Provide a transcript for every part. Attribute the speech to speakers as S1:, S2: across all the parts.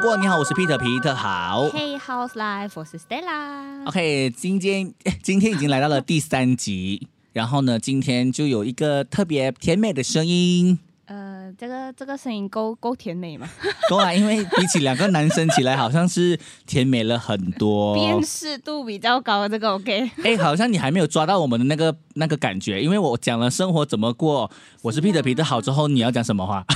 S1: 过，你好，我是 Peter 皮特好。
S2: Hey House Life，我是 Stella。
S1: OK，今天 今天已经来到了第三集，然后呢，今天就有一个特别甜美的声音。
S2: 呃，这个这个声音够够甜美吗？
S1: 够了，啊因为比起两个男生起来，好像是甜美了很 多。
S2: 辨识度比较高，这个 OK。
S1: 哎，好像你还没有抓到我们的那个那个感觉，因为我讲了生活怎么过，我是啊 Peter 皮特好之后，你要讲什么话？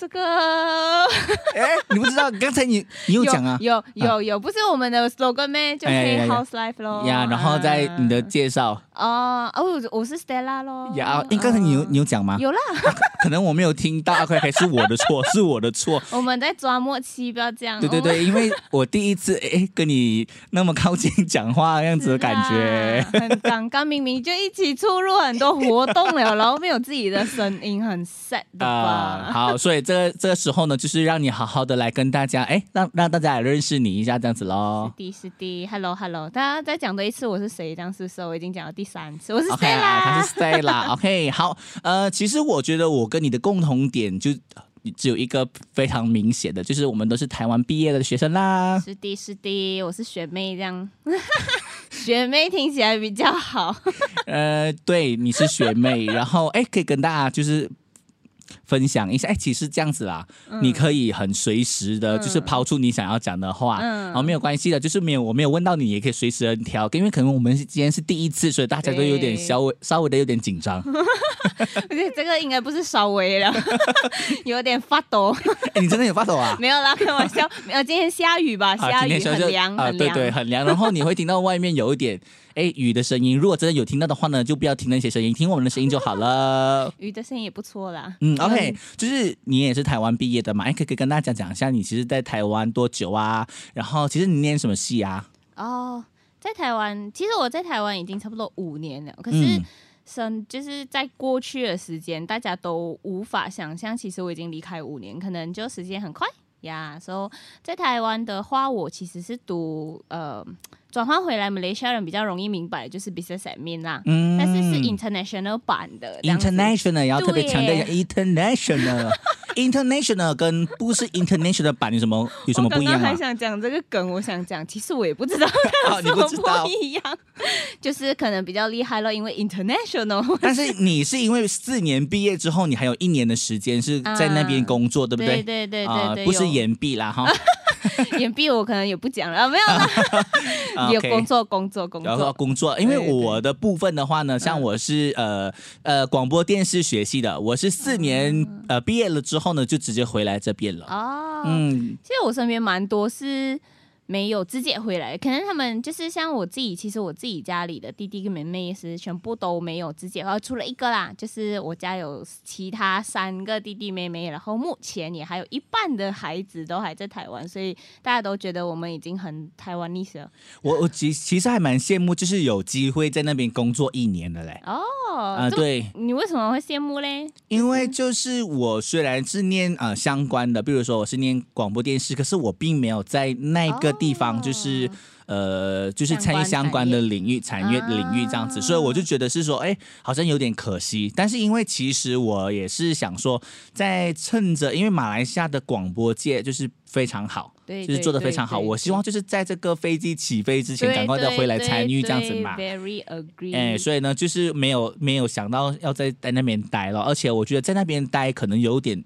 S2: 这个
S1: 哎，你不知道，刚才你你有讲啊。
S2: 有有有，不是我们的 slogan 咩？就
S1: 哎呀呀
S2: Hey
S1: 呀
S2: House Life 咯。
S1: 呀，然后在
S2: 啊
S1: 你的介绍
S2: 哦哦，我是 Stella 咯。
S1: 呀，哎，刚才你有
S2: 嗯
S1: 你有讲吗？
S2: 有啦，
S1: 可能我没有听到，OK，OK，是我的错，是我的错。
S2: 我们在抓默契，不要这样。
S1: 对对
S2: 哦，
S1: 对，因为我第一次诶跟你那么靠近讲话那样子的感觉，啊
S2: 哦是啦啊很尴尬，明明就一起出入很多活 动了，然后没有自己的声音，很 sad 的吧？
S1: 啊，好，所以这个这个时候呢，就是让你好好的来跟大家，哎，让让大家来认识你一下，这样子
S2: 是
S1: 喽。
S2: 的，是的，Hello Hello，大家再讲多一次我是谁，这样是不是？我已经讲到第三次，我是
S1: OK，
S2: 谁
S1: 啊
S2: 啦
S1: 他是 Stella，OK，、好，呃，其实我觉得我跟你的共同点就只有一个非常明显的，就是我们都是台湾毕业的学生啦。
S2: 是的，是的，我是学妹，这样 学妹听起来比较好。
S1: 呃，对，你是学妹，然后哎，可以跟大家就是分享一下，哎，其实这样子啦，
S2: 嗯
S1: 你可以很随时的，就是抛出你想要讲的话，
S2: 嗯
S1: 然后没有关系的，就是没有我没有问到你，也可以随时地挑，因为可能我们今天是第一次，所以大家都有点
S2: 对
S1: 稍微稍微的有点紧 张。
S2: 我觉得这个应该不是稍微了， 有点发抖。
S1: 哎，你真的有发抖啊？
S2: 没有啦，开玩笑。没有，今天下雨吧？
S1: 啊，
S2: 下
S1: 今天
S2: 雨
S1: 就
S2: 很
S1: 是
S2: 凉，
S1: 啊，
S2: 很
S1: 对
S2: 凉。
S1: 对，很凉。然后你会听到外面有一点哎雨的声音，如果真的有听到的话呢，就不要听那些声音，听我们的声音就好了。
S2: 雨的声音也不错啦。
S1: 嗯，OK，就是你也是台湾毕业的嘛？哎，可以可以跟大家讲一下，你其实在台湾多久啊？然后其实你念什么系啊？
S2: 哦，在台湾，其实我在台湾已经差不多五年了，可是。
S1: 嗯
S2: 生就是在过去的时间，大家都无法想象，其实我已经离开五年，可能就时间很快呀。所、以在台湾的话，我其实是读呃转换回来，马来西亚人比较容易明白，就是 business admin 啦，
S1: 嗯
S2: 但是是 international 版的这样子
S1: international，要特别强调一下
S2: 对
S1: international。international 跟不是 international 版有什么有什么不一样
S2: 我刚刚还
S1: 啊？
S2: 想讲这个梗，我想讲，其实我也不 知道
S1: 哦
S2: 有
S1: 你
S2: 什
S1: 不
S2: 么
S1: 知道
S2: 不一样，就是可能比较厉害了，因为 international
S1: 但是你是因为四年毕业之后，你还有一年的时间是在那边
S2: 啊
S1: 工作，对不
S2: 对对对
S1: 啊
S2: 对，对，
S1: 不是
S2: 有
S1: 延毕啦 哈。
S2: 眼闭我可能也不讲了，啊没有啦，
S1: 啊
S2: 有
S1: OK
S2: 工作工作工
S1: 然后
S2: 作，
S1: 工作，因为
S2: 对嗯对
S1: 我的部分的话呢，像我是呃呃广播电视学系的，我是四年呃毕业了之后呢，就直接回来这边了。
S2: 嗯哦，
S1: 嗯，
S2: 其实我身边蛮多是没有直接回来，可能他们就是像我自己，其实我自己家里的弟弟跟妹妹也是全部都没有直接，呃，除了一个啦，就是我家有其他三个弟弟妹妹，然后目前也还有一半的孩子都还在台湾，所以大家都觉得我们已经很台湾历史了。
S1: 我我其其实还蛮羡慕，就是有机会在那边工作一年的嘞。
S2: 哦，
S1: 啊、
S2: 这么
S1: 对，
S2: 你为什么会羡慕嘞？
S1: 因为就是我虽然是念呃相关的，比如说我是念广播电视，可是我并没有在那个地方
S2: 哦
S1: 就是、呃就是参与相关的领域产业领域这样子，
S2: 啊
S1: 所以我就觉得是说，哎，好像有点可惜。但是因为其实我也是想说，在趁着因为马来西亚的广播界就是非常好。
S2: 对，
S1: 就是
S2: 对
S1: 做的非常好，
S2: 对
S1: 我
S2: 对
S1: 希望就是在这个飞机起飞之前，赶快再回来参与这样子嘛。
S2: 对对对 Very agree。
S1: 哎、所以呢，就是没有没有想到要在在那边待了，而且我觉得在那边待可能有点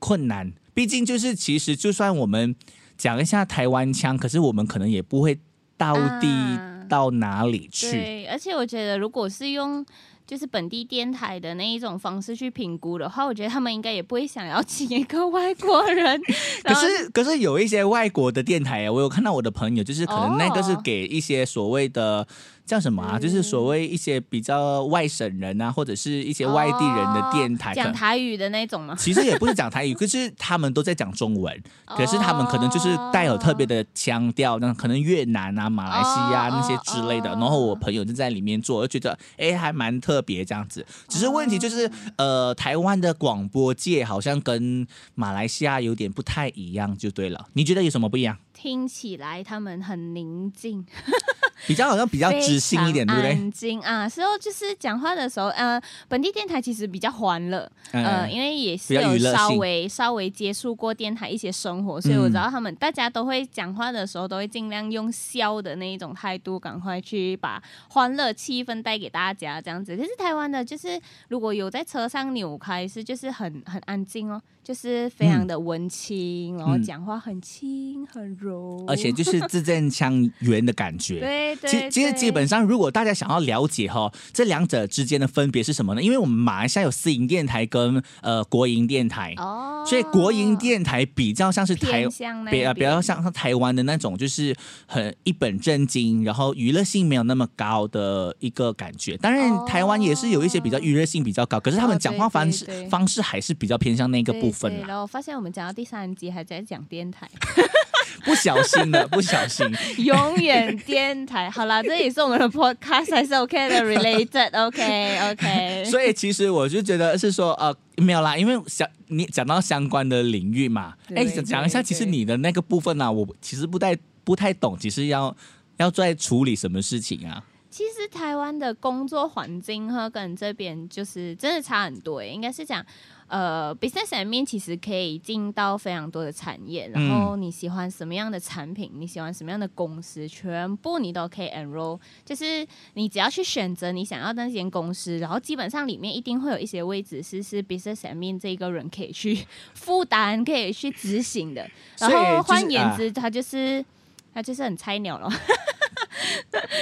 S1: 困难，毕竟就是其实就算我们讲一下台湾腔，可是我们可能也不会到地、
S2: 啊
S1: 到哪里去。
S2: 对，而且我觉得如果是用就是本地电台的那一种方式去评估的话，我觉得他们应该也不会想要请一个外国人。
S1: 可
S2: 然后
S1: 是可是有一些外国的电台啊，我有看到我的朋友，就是可能那个是
S2: 哦嗯
S1: 给一些所谓的。叫什么啊？就是所谓一些比较外省人啊，或者是一些外地人的电台，可
S2: 哦讲
S1: 能
S2: 台语的那种嘛，
S1: 其实也不是讲台语，可是他们都在讲中文，可是他们可能就是带
S2: 哦
S1: 有特别的腔调，那可能越南啊、马来西亚、
S2: 哦
S1: 那些之类的。
S2: 哦
S1: 然后我朋友就在里面做，我就觉得哎还蛮特别这样子。只是问题就是、
S2: 嗯
S1: 呃，台湾的广播界好像跟马来西亚有点不太一样，就对了。你觉得有什么不一样？
S2: 听起来他们很宁静，
S1: 比较好像比较知性一点，对不对？
S2: 安静啊，时候就是讲话的时候，呃，本地电台其实比较欢乐，呃，
S1: 嗯，
S2: 因为也是
S1: 比较
S2: 有
S1: 娱乐性
S2: 稍微稍微接触过电台一些生活，所以我知
S1: 嗯
S2: 道他们大家都会讲话的时候，都会尽量用笑的那一种态度，赶快去把欢乐气氛带给大家，这样子。可是台湾的，就是如果有在车上扭开，是就是很很安静哦，就是非常的文青，然后
S1: 嗯
S2: 讲话很轻很柔，
S1: 而且就是字正腔圆的感觉。
S2: 对对，
S1: 其其实
S2: 对
S1: 基本上，如果大家想要了解哈这两者之间的分别是什么呢？因为我们马来西亚有私营电台跟呃国营电台，
S2: 哦，
S1: 所以国营电台比较像是台
S2: 偏向那
S1: 比呃
S2: 边
S1: 比较像像台湾的那种，就是很一本正经，然后娱乐性没有那么高的一个感觉。当然，
S2: 哦
S1: 台湾也是有一些比较娱乐性比较高，可是他们
S2: 哦
S1: 讲话
S2: 对对
S1: 方式、
S2: 对
S1: 方式还是比较偏向那个
S2: 对
S1: 部分啊
S2: 对
S1: 啦。
S2: 然后我发现我们讲到第三集还在讲电台，
S1: 不小心的，不小 心。
S2: 永远电台。好啦，这也是我们的 podcast 还是 OK 的，related，OK OK。
S1: 所以其实我就觉得是说，呃，没有啦，因为想你讲到相关的领域嘛，
S2: 对
S1: 哎，讲讲一下，
S2: 对
S1: 其实
S2: 对
S1: 你的那个部分呢、啊，我其实不太不太懂，其实要要在处理什么事情啊？
S2: 其实台湾的工作环境和跟这边就是真的差很多诶，应该是讲。呃，business 里面其实可以进到非常多的产业，然
S1: 嗯
S2: 后你喜欢什么样的产品，你喜欢什么样的公司，全部你都可以 enroll。就是你只要去选择你想要的那间公司，然后基本上里面一定会有一些位置是是 business admin 这一个人可以去负担、可以去执行的。
S1: 所以
S2: 然后
S1: 就是啊
S2: 换言之，他就是他就是很菜鸟了。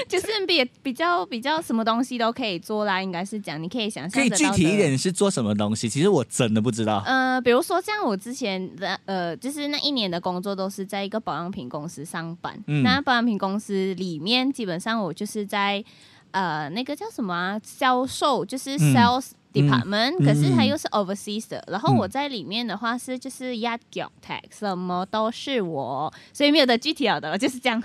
S2: 就是比比较比较什么东西都可以做啦，应该是讲你可以想象
S1: 可以
S2: 得
S1: 具
S2: 到
S1: 体
S2: 的
S1: 一点是做什么东西？其实我真的不知 道。
S2: 呃，比如说像我之前的呃，就是那一年的工作都是在一个保养品公司上班。
S1: 嗯
S2: 那保养品公司里面，基本上我就是在呃那个叫什么啊，销售，就是
S1: 嗯
S2: sales department，、
S1: 嗯
S2: 可是它又是 overseas 的。然后
S1: 嗯
S2: 我在里面的话是就是 yard g o tax，什么都是我，所以没有的具体了的，就是这样。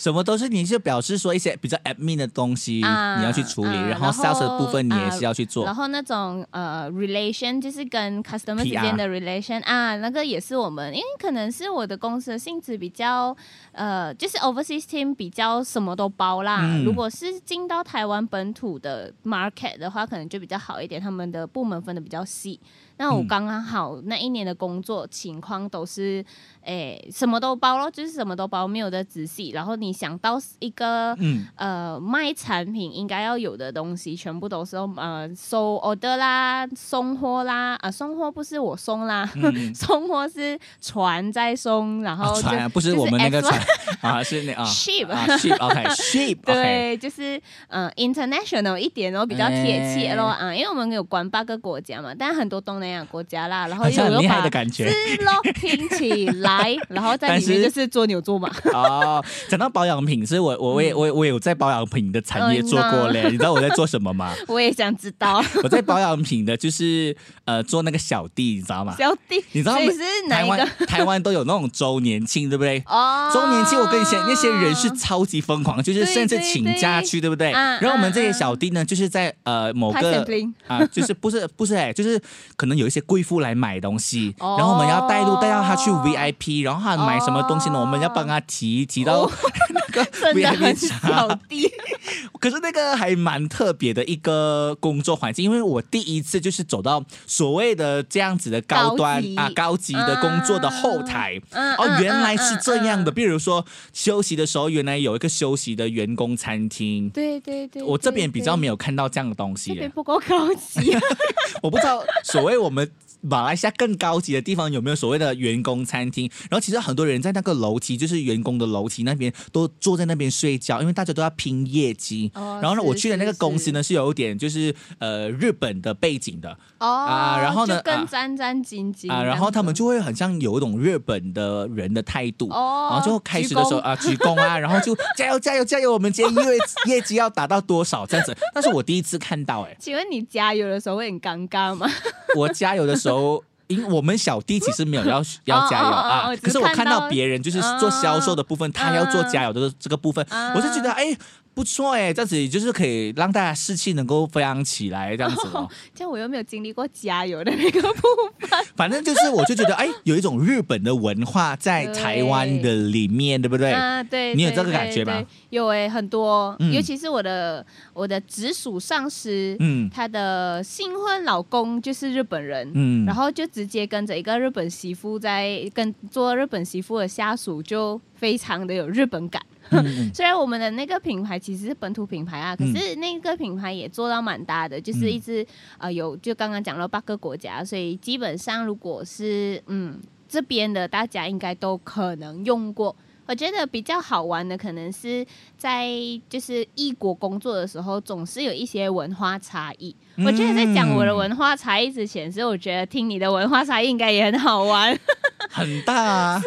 S1: 什么都是你是表示说一些比较 admin 的东西、
S2: 啊
S1: 你要去处理，
S2: 啊
S1: 然后
S2: 然后
S1: sales 的部分你也是要去做。
S2: 然后那种呃 relation 就是跟 customer 之
S1: PR
S2: 间的 relation 啊，那个也是我们，因为可能是我的公司的性质比较呃，就是 overseas team 比较什么都包啦。
S1: 嗯
S2: 如果是进到台湾本土的 market 的话，可能就比较好一点，他们的部门分的比较细。那我
S1: 嗯
S2: 刚刚好那一年的工作情况都是，诶、什么都包咯，就是什么都包，没有的仔细。然后你想到一个
S1: 嗯，
S2: 呃卖产品应该要有的东西，全部都是用呃收 order 啦、送货啦，啊、送货不是我送啦，
S1: 嗯
S2: 送货是船在送，啊然
S1: 啊
S2: 后就、
S1: 船啊不是
S2: 就是
S1: 我们那个
S2: X 嘛
S1: 船 啊，是那啊
S2: Ship
S1: 啊 ship OK ship OK
S2: 对，就是呃 international 一点哦，比较贴
S1: 哎
S2: 切咯啊、因为我们有管八个国家嘛，但很多东南亚国家啦，然后
S1: 好像很
S2: 又有
S1: 厉害
S2: 把
S1: 的感觉。
S2: 是咯拼起来，然后在里
S1: 但
S2: 面
S1: 是
S2: 就是做牛做马。
S1: 哦，讲到保养品，是我我
S2: 嗯
S1: 我也我也我有在保养品的产业做过嘞。你知道我在做什么 吗？
S2: 我也想知 道，
S1: 我在保养品的，就是呃做那个小弟，你知道吗？
S2: 小弟，
S1: 你知道
S2: 所以
S1: 每
S2: 是哪
S1: 台
S2: 一个
S1: 湾？台湾都有那种周年庆，对不对？
S2: 哦，
S1: 周年庆，我跟你讲，那些人是超级疯狂，就是
S2: 对
S1: 甚至请假去，对不对？
S2: 啊
S1: 然后我们这些
S2: 啊
S1: 小弟呢，就是在呃某
S2: 拍
S1: 个
S2: sampling
S1: 啊，就是不是不是哎、就是可能有一些贵妇来买东西，
S2: 哦
S1: 然后我们要带路带到他去 VIP，然后他买什么东西呢？
S2: 哦
S1: 我们要帮他提提到
S2: 哦
S1: 那个
S2: 真 的很
S1: VIP
S2: 小
S1: 场。
S2: 弟，
S1: 可是那个还蛮特别的一个工作环境，因为我第一次就是走到所谓的这样子的高端
S2: 高级
S1: 啊高级的工作的后台。
S2: 嗯
S1: 哦，
S2: 嗯
S1: 原来是
S2: 嗯
S1: 这样的。
S2: 嗯嗯
S1: 比如说休息的时候，原来有一个休息的员工餐厅。
S2: 对对对，
S1: 我这边比较
S2: 对
S1: 没有看到这样的东西
S2: 对这边
S1: 耶，
S2: 不够 高级，
S1: 我不知道所谓我们马来西亚更高级的地方有没有所谓的员工餐厅。然后其实很多人在那个楼梯，就是员工的楼梯那边都坐在那边睡觉，因为大家都要拼业绩。
S2: 哦
S1: 然后呢，
S2: 是
S1: 我去的那个
S2: 是
S1: 公司呢是有点就是呃日本的背景的，
S2: 哦，
S1: 啊然后呢
S2: 就更
S1: 啊
S2: 战战兢兢
S1: 啊，然后他们
S2: 这
S1: 就会很像有一种日本的人的态度，
S2: 哦
S1: 然后就开始的时候
S2: 鞠躬
S1: 啊鞠躬 啊，然后就加油加油加油，我们今天业业绩要达到多少这样子？但是我第一次看到、 欸，
S2: 样子。请问你加油的时候会很尴尬吗？
S1: 我加油的时候。因为我们小弟其实没有 要要加油
S2: 哦哦
S1: 啊
S2: 哦哦，只
S1: 可
S2: 是
S1: 是我
S2: 看
S1: 看
S2: 到嗯
S1: 到别人就是做销售的部分，他要做加油的这个部分，我就觉得哎，不错哎、这样子就是可以让大家士气能够飞扬起来，这样子 哦。
S2: 这样我又没有经历过加油的 那个部分，
S1: 反正就是，我就觉得，哎，有一种日本的文化在台湾的里面，对不对？
S2: 啊，对，
S1: 你有
S2: 对
S1: 这个感
S2: 对
S1: 觉吗
S2: 对有诶、很多，
S1: 嗯
S2: 尤其是我的我的直属上司，
S1: 嗯
S2: 她的新婚老公就是日本人，
S1: 嗯，
S2: 然后就直接跟着一个日本媳妇在跟做日本媳妇的下属，就非常的有日本感。
S1: 嗯嗯
S2: 虽然我们的那个品牌其实是本土品牌啊，可
S1: 嗯
S2: 是那个品牌也做到蛮大的，就是一直、呃有就刚刚讲到八个国家，所以基本上如果是嗯这边的大家应该都可能用过。我觉得比较好玩的可能是在就是异国工作的时候，总是有一些文化差异。
S1: 嗯
S2: 我觉得在讲我的文化差异之前，所以我觉得听你的文化差异应该也很好玩。
S1: 很大啊，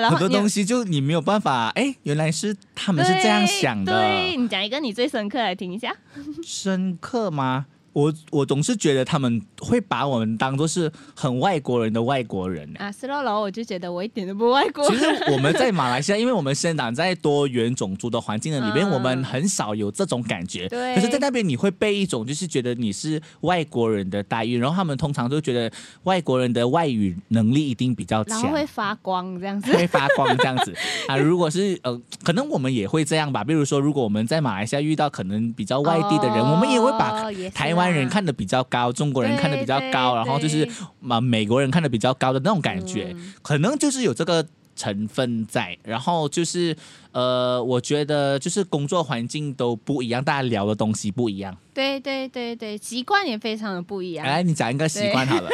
S2: 然
S1: 很
S2: 后
S1: 多
S2: 你
S1: 东西就你没有办法，哎，原来是他们是
S2: 对
S1: 这样想的
S2: 对，你讲一个你最深刻来听一下。
S1: 深刻吗？我我总是觉得他们会把我们当做是很外国人的外国 人、
S2: 啊，斯洛楼我就觉得我一点都不外国
S1: 其。实我们在马来西亚，因为我们生长在多元种族的环境的里边，
S2: 嗯
S1: 我们很少有这种感觉。
S2: 对
S1: 可是，在那边你会被一种就是觉得你是外国人的待遇，然后他们通常都觉得外国人的外语能力一定比较
S2: 然后
S1: 强。
S2: 会发光这样 子，
S1: 会发光这样子 啊，如果是呃，可能我们也会这样吧。比如说，如果我们在马来西亚遇到可能比较外地的人，
S2: 哦
S1: 我们也会把
S2: 也是
S1: 台湾人
S2: 啦
S1: 看得比较高，中国人看得比较高，
S2: 对
S1: 然后就是
S2: 对
S1: 嘛美国人看得比较高的那种感觉。
S2: 嗯
S1: 可能就是有这个成分在，然后就是呃，我觉得就是工作环境都不一样，大家聊的东西不一样。
S2: 对对对对，习惯也非常的不一样。
S1: 哎，你讲一个习惯好了，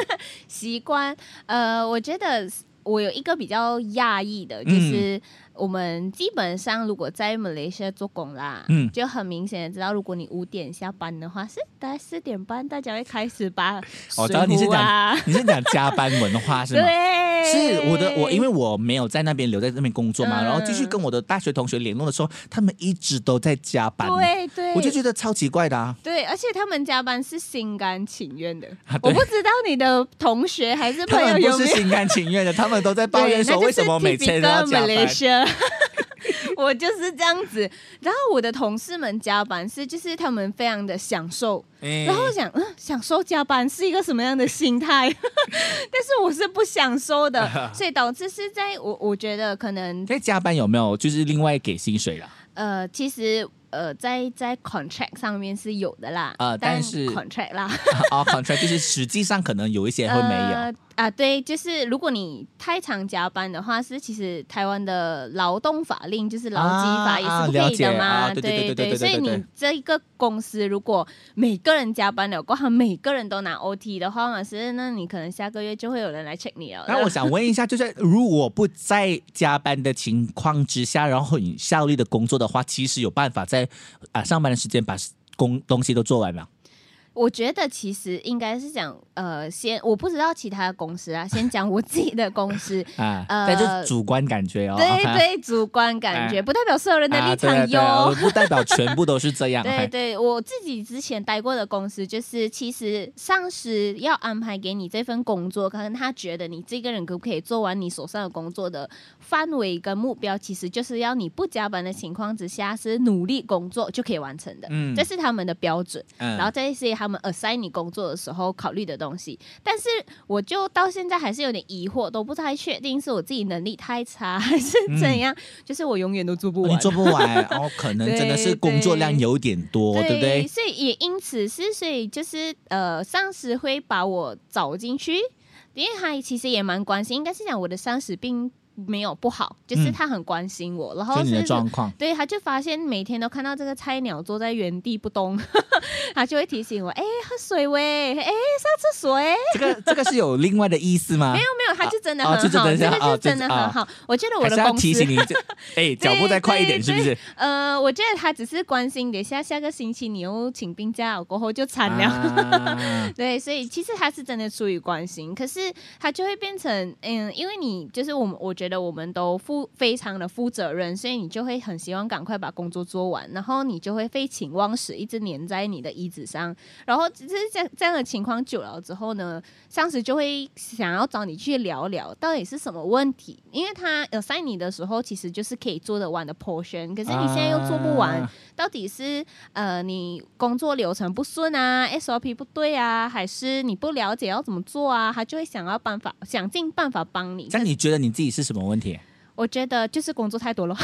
S2: 习惯，呃，我觉得我有一个比较讶异的，
S1: 嗯
S2: 就是我们基本上如果在马来西亚做工啦，
S1: 嗯
S2: 就很明显的知道，如果你五点下班的话，是大概四点半大家会开始把
S1: 我哦知
S2: 水
S1: 道你是
S2: 壶啊，
S1: 你是讲加班文化是吗？
S2: 对，
S1: 是我的，我因为我没有在那边留在那边工作嘛，
S2: 哎嗯
S1: 然后继续跟我的大学同学联络的时候，他们一直都在加班，
S2: 对对，
S1: 我就觉得超奇怪的啊。
S2: 对，而且他们加班是心甘情愿的。
S1: 啊
S2: 我
S1: 对
S2: 不知道你的同学还是
S1: 他
S2: 朋友
S1: 们不
S2: 有没
S1: 是
S2: 有
S1: 心甘情愿的，他们都在抱怨
S2: 对那
S1: 说
S2: 就是
S1: 为什么每次都要
S2: typical
S1: 加班。
S2: Malaysia 我就是这样子。然后我的同事们加班是，就是他们非常的享受。
S1: 哎
S2: 然后我想，嗯，享受加班是一个什么样的心态？ 但是我是不享受的， 所以导致是在我我觉得可能
S1: 在加班有没有就是另外给薪水了？
S2: 呃，其实。呃，在在 contract 上面是有的啦，
S1: 呃但是
S2: contract 啦，
S1: 啊，contract 就是实际上可能有一些会没有。
S2: 呃啊，对，就是如果你太常加班的话，是其实台湾的劳动法令就是劳基法
S1: 啊
S2: 也
S1: 啊
S2: 是不可以
S1: 了
S2: 的
S1: 解
S2: 嘛，
S1: 啊对对对
S2: 对
S1: 对对
S2: 所以
S1: 对对
S2: 你这一个公司如果每个人加班了，过后每个人都拿 OT 的话嘛，是那你可能下个月就会有人来 check 你了。
S1: 那我想问一下，就是如果不在加班的情况之下，然后很效率的工作的话，其实有办法在啊、上班的时间把工东西都做完吗？
S2: 我觉得其实应该是讲，呃，先我不知道其他的公司啊，先讲我自己的公司，
S1: 啊，
S2: 呃
S1: 但就是主观感觉 哦，
S2: 对对，主观感觉、
S1: 哎
S2: 不代表所有人的
S1: 啊，
S2: 立
S1: 对啊
S2: 场
S1: 对
S2: 哟。
S1: 啊，不代表全部都是这 样。
S2: 对
S1: 哎
S2: 对，我自己之前待过的公司，就是其实上司要安排给你这份工作，可能他觉得你这个人可不可以做完你手上的工作的范围跟目标，其实就是要你不加班的情况之下是努力工作就可以完成的，
S1: 嗯
S2: 这是他们的标准。
S1: 嗯，
S2: 然后这是他们 assign 你工作的时候考虑的东西，但是我就到现在还是有点疑惑，都不太确定是我自己能力太差还是怎样，就是我永远都做
S1: 嗯
S2: 不
S1: 哦
S2: 完。
S1: 你做不完，哦，可能真的是
S2: 对
S1: 工作量有点多，对不对？
S2: 所以也因此是，所以就是呃，上司会把我找进去，因为他其实也蛮关心，应该是讲我的上司并没有不好，就是
S1: 嗯
S2: 他很关心我，然
S1: 就
S2: 后
S1: 你的
S2: 是。
S1: 状况，
S2: 对，他就发现每天都看到这个菜鸟坐在原地不动， 他就会提醒我：“哎、喝水喂，哎、上厕所哎。
S1: 这个这个是有另外的意思吗？没有，”
S2: 没有，他就真的
S1: 哦
S2: 很
S1: 就真
S2: 好，
S1: 的是
S2: 这个
S1: 哦
S2: 就真的
S1: 这
S2: 很好。我觉得我
S1: 还
S2: 的
S1: 是要
S2: 公司
S1: 提 醒你这，哎，脚步再快一点，是
S2: 对
S1: 不是？
S2: 呃，我觉得他只是关心等下下个星期你又请病假了，过后就惨了。
S1: 啊
S2: 对，所以其实他是真的出于关心，可是他就会变成，嗯，因为你就是我们，我觉得我们都负非常的负责任，所以你就会很希望赶快把工作做完，然后你就会废寝忘食，一直黏在你的椅子上，然后就是这样这样的情况久了之后呢，上司就会想要找你去聊聊聊到底是什么问题，因为他 assign 你的时候其实就是可以做得完的 portion，可是你现在又做不完，
S1: 啊
S2: 到底是呃你工作流程不顺啊，SOP 不对啊，还是你不了解要怎么做啊？他就会想要办法，想尽办法帮你。
S1: 这 样你觉得你自己是什么问题？
S2: 我觉得就是工作太多了，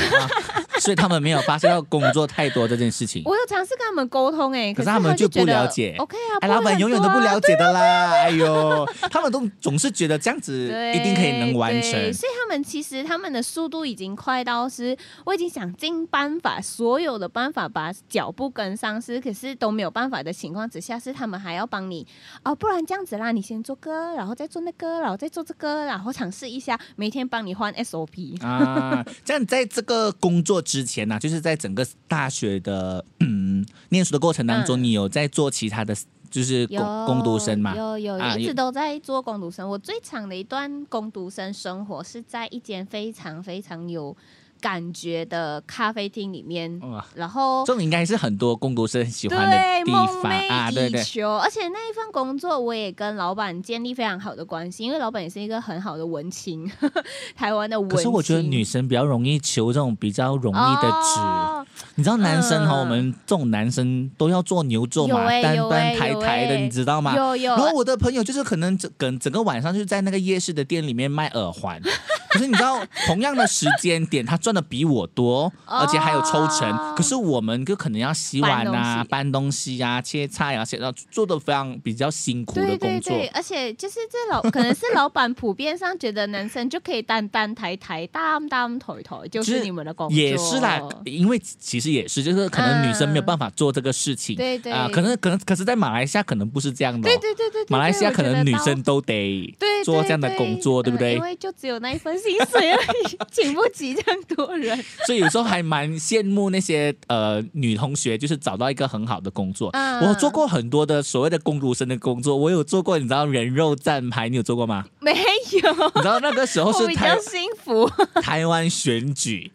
S1: 所以他们没有发现到工作太多这件事情。
S2: 我有尝试跟他们沟通哎、
S1: 可是
S2: 是
S1: 他们
S2: 就
S1: 就
S2: 觉
S1: 不
S2: 得
S1: 了解
S2: OK 啊，
S1: 哎，
S2: 不会
S1: 老板
S2: 很
S1: 永远都
S2: 多
S1: 不
S2: 啊
S1: 了解的啦！哎呦，他们都总是觉得这样子
S2: 对，
S1: 一定可以能完成
S2: 对。所以他们其实他们的速度已经快到是，我已经想尽办法，所有的办法把脚步跟上是，可是都没有办法的情况之下，是他们还要帮你哦，不然这样子啦，你先做歌，然后再做那个，然后再做这个，然后尝试一下，每天帮你换 SOP。
S1: 啊，这样在这个工作之前呢、就是在整个大学的嗯念书的过程当中，
S2: 嗯
S1: 你有在做其他的，就是工
S2: 有
S1: 工读生嘛？
S2: 有有，
S1: 啊
S2: 一
S1: 有
S2: 直都在做工读生。我最长的一段工读生生活是在一间非常非常有感觉的咖啡厅里面，
S1: 哇，
S2: 然后
S1: 这种应该是很多工读生喜欢
S2: 对，
S1: 的地
S2: 梦
S1: 方啊，对
S2: 寐以
S1: 对。
S2: 求。而且那一份工作，我也跟老板建立非常好的关系，因为老板也是一个很好的文青， 台湾的文青。
S1: 可是我觉得女生比较容易求这种比较容易的职，
S2: 哦
S1: 你知道男生哈、
S2: 嗯
S1: 我们这种男生都要做牛做马
S2: 有，欸
S1: 单
S2: 有
S1: 单
S2: 欸
S1: 抬
S2: 有
S1: 抬的，
S2: 欸
S1: 你知道吗？
S2: 有有
S1: 然后我的朋友就是可能整整整个晚上就是在那个夜市的店里面卖耳环， 可是你知道同样的时间点，他赚的比我多，而且还有抽成。
S2: 哦
S1: 可是我们就可能要洗碗啊、搬东西啊、切菜啊，然后做的非常比较辛苦的
S2: 对
S1: 工
S2: 对
S1: 作。
S2: 对，而且就是这 老可能是老板普遍上觉得男生就可以单单抬抬、担担抬抬，就
S1: 其
S2: 是
S1: 实
S2: 你们的工作
S1: 也是啦，因为其实也是，就是可能女生没有办法做这个事情，
S2: 对对
S1: 啊、可能可能可是，在马来西亚可能不是这样的、哦，
S2: 对对对对对，
S1: 马来西亚
S2: 对
S1: 可能女。
S2: 我觉
S1: 生
S2: 得到
S1: 都得
S2: 对
S1: 做
S2: 对
S1: 这样的工作对不
S2: 嗯
S1: 对
S2: 因为就只有那一份薪水而已， 请不起这样多人。
S1: 所以有时候还蛮羡慕那些呃女同学，就是找到一个很好的工作。
S2: 嗯
S1: 我做过很多的所谓的工读生的工作，我有做过，你知道人肉站牌，你有做过吗？
S2: 没有，
S1: 你知道那个时候
S2: 我
S1: 哦是
S2: 比
S1: 台
S2: 较幸福。
S1: 台湾选举，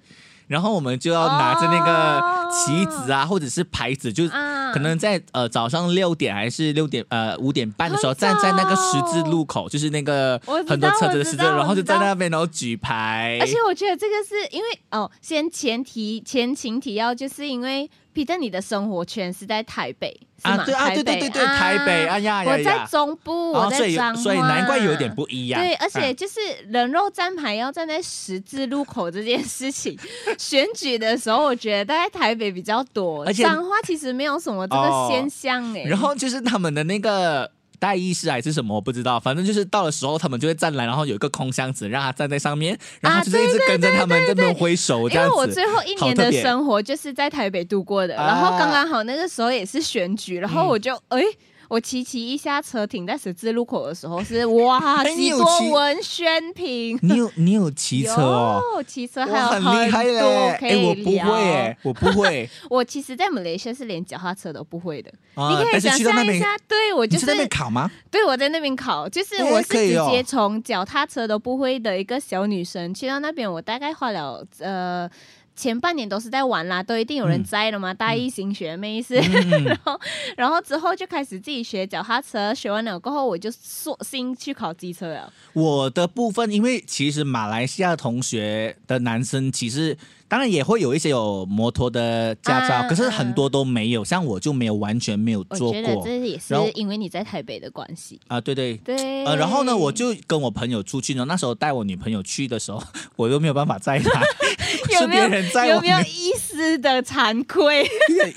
S1: 然后我们就要拿着那
S2: 哦
S1: 个旗子啊，或者是牌子，就是
S2: 啊
S1: 可能在呃早上六点还是六点呃五点半的时候，
S2: 很早
S1: 站在那个十字路口，就是那个
S2: 我知道
S1: 很多车子的十字路口，
S2: 我知道
S1: 然后就在
S2: 我知道
S1: 那边然后举牌
S2: 而。且我觉得这个是因为哦，先前提前情提要，就是因为彼得你的生活圈是在台北，是
S1: 啊
S2: 吗？
S1: 对啊对对对对，台北，哎呀呀
S2: 啊我
S1: 呀
S2: 在！中部，
S1: 哦
S2: 我
S1: 所
S2: 在
S1: 以
S2: 彰化，
S1: 所以难怪有点。不一样。
S2: 对，而且
S1: 啊
S2: 就是人肉站牌要站在十字路口这件 事情，选举的时候，我觉得大概台北比较多，
S1: 而且
S2: 彰化其实没有什么这
S1: 哦
S2: 个现象哎、
S1: 然后就是他们的那个。代议士还是什么我不知道，反正就是到的时候他们就会站来，然后有一个空箱子让他站在上面，然后
S2: 啊
S1: 他就是一直跟着他们这边挥手这
S2: 因为
S1: 样
S2: 我
S1: 子。
S2: 最后一年
S1: 好特
S2: 的
S1: 别
S2: 生活就是在台北度过的，
S1: 啊
S2: 然后刚刚好那个时候也是选举，然后
S1: 嗯
S2: 我就哎。我骑骑一下车，停在十字路口的时候是哇，
S1: 哎你
S2: 喜
S1: 有
S2: 多
S1: 骑
S2: 文宣品，
S1: 你有你有 骑车哦，
S2: 有，骑车
S1: 我
S2: 还有
S1: 很厉害嘞！
S2: 多可
S1: 哎，我
S2: 以
S1: 不会
S2: 聊。
S1: 哎，我不 会
S2: 我其实，在马来西亚是连脚踏车都不会的，你
S1: 啊
S2: 可以
S1: 但是
S2: 想
S1: 去到那
S2: 象一
S1: 边，
S2: 下，对我
S1: 你
S2: 就
S1: 去
S2: 是
S1: 那边考吗？
S2: 对，我在那边考，就是
S1: 哎
S2: 我是
S1: 可以
S2: 直
S1: 哦
S2: 接从脚踏车都不会的一个小女生去到那边，我大概花了呃。前半年都是在玩啦，都一定有人
S1: 嗯
S2: 在的嘛，大一新学妹是，
S1: 嗯，
S2: 然后之后就开始自己学脚踏车，学完了过后我就索性去考机车了。
S1: 我的部分，因为其实马来西亚同学的男生，其实当然也会有一些有摩托的驾照，
S2: 啊
S1: 可是很多都没有，像我就没有完全没有
S2: 我
S1: 做
S2: 觉得
S1: 过
S2: 这也是
S1: 然后
S2: 因为你在台北的关系。
S1: 啊、对对。
S2: 对，
S1: 呃，然后呢，我就跟我朋友出去呢。那时候带我女朋友去的时候，我都没有办法载 她， 是
S2: 有没
S1: 别
S2: 有
S1: 人载
S2: 有
S1: 我
S2: 没
S1: 女朋友，
S2: 有一丝的惭 愧？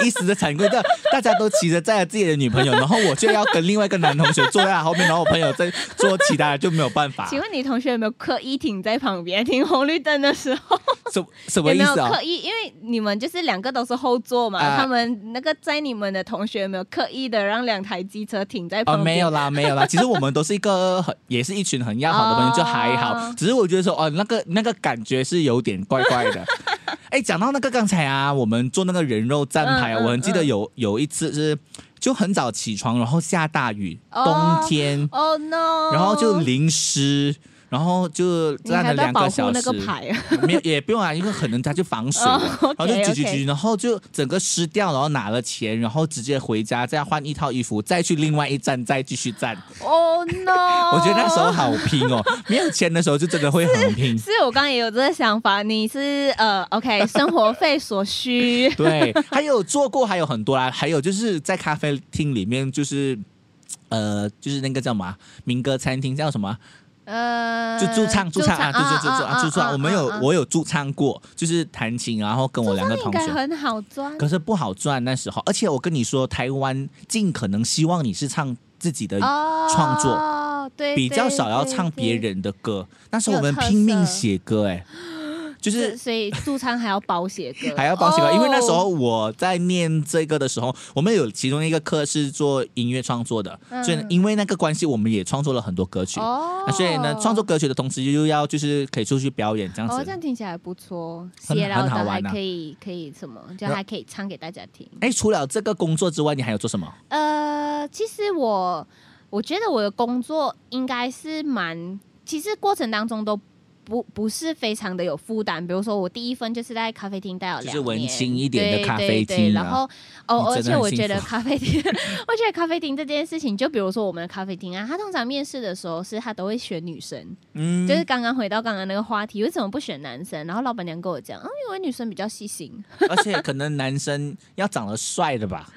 S1: 一时的惭愧。但大家都骑着载着自己的女朋友，然后我就要跟另外一个男同学坐在她后面，然后我朋友在坐其他的就没有办法。
S2: 请问你同学有没有刻意停在旁边停红绿灯的时候？
S1: 什什么
S2: 有
S1: 意
S2: 没有
S1: 思啊、
S2: 刻意？因为你们就是两个都是后座嘛，
S1: 啊
S2: 他们那个在你们的同学有没有刻意的让两台机车停在
S1: 哦，
S2: 旁边？
S1: 没有啦，没有啦。其实我们都是一个很，也是一群很要好的朋友，就还好
S2: 哦。
S1: 只是我觉得说，哦，那个那个感觉是有点怪怪 的。哎，讲到那个刚才啊，我们做那个人肉站牌啊，
S2: 嗯嗯
S1: 我很记得有有一次是就很早起床，然后下大雨，
S2: 哦
S1: 冬天，
S2: ，Oh no！
S1: 然后就淋湿，然然后就
S2: 你
S1: 站
S2: 还
S1: 了
S2: 要
S1: 两
S2: 保
S1: 个
S2: 护
S1: 小
S2: 那个
S1: 时，
S2: 牌啊？
S1: 没有也不用啊，因为可能他就防水
S2: 哦
S1: 了。 然后就
S2: OK
S1: 举举
S2: OK，
S1: 举，然后就整个湿掉，然后拿了钱，然后直接回家，再换一套衣服，再去另外一站，再继续站。
S2: 哦 no！
S1: 我觉得那时候好拼 哦，没有钱的时候就真的会很拼。，
S2: 是我刚刚也有这个想法，你是呃，OK，生活费所需
S1: 对，还有做过，还有很多啦，还有就是在咖啡厅里面，就是呃，就是那个叫什么啊民歌餐厅叫什么啊？
S2: 呃，
S1: 就驻唱驻唱啊，
S2: 啊，
S1: 驻驻驻驻啊驻唱，我们有我有驻唱过，就是弹琴，然后跟我两个
S2: 应
S1: 同
S2: 该
S1: 学。
S2: 很好赚，
S1: 可是不好赚那时候，而且我跟你说，台湾尽可能希望你是唱自己的，
S2: 哦，
S1: 创作
S2: 对，
S1: 比较少要唱别
S2: 对。对
S1: 人的歌。那时候
S2: 有
S1: 我们
S2: 特
S1: 拼命
S2: 色
S1: 写歌，哎，就
S2: 对
S1: 是
S2: 所以驻唱还要
S1: ，
S2: 保写歌
S1: 还要包写歌，
S2: 哦
S1: 因为那时候我在念这个的时候，我们有其中一个课是做音乐创作的，
S2: 嗯
S1: 所以因为那个关系，我们也创作了很多歌曲。啊
S2: 哦
S1: 那，所以呢，创作歌曲的同时又要就是可以出去表演这样
S2: 哦，这
S1: 子
S2: 样。听起来不错，
S1: 很
S2: 写了
S1: 很好
S2: 的还
S1: 玩啊
S2: 可以可以什么，就
S1: 然后
S2: 还可以唱给大家听。
S1: 哎、除了这个工作之外，你还有做什么？
S2: 呃，其实我我觉得我的工作应该是蛮，其实过程当中都不不是非常的有负担。比如说我第一份就是在咖啡厅待了
S1: 就
S2: 两
S1: 是
S2: 年，
S1: 文青一点的
S2: 对
S1: 咖
S2: 对
S1: 啡
S2: 对
S1: 厅啊
S2: 然后哦，
S1: 你
S2: 而
S1: 真的
S2: 且
S1: 很
S2: 我
S1: 幸
S2: 觉得
S1: 福
S2: 咖啡厅， 我觉得咖啡厅这件事情，就比如说我们的咖啡厅啊，他通常面试的时候是他都会选女生。
S1: 嗯，
S2: 就是刚刚回到刚刚那个话题，为什么不选男生？然后老板娘跟我讲，啊，因为女生比较细心。
S1: 而且可能男生要长得帅的吧，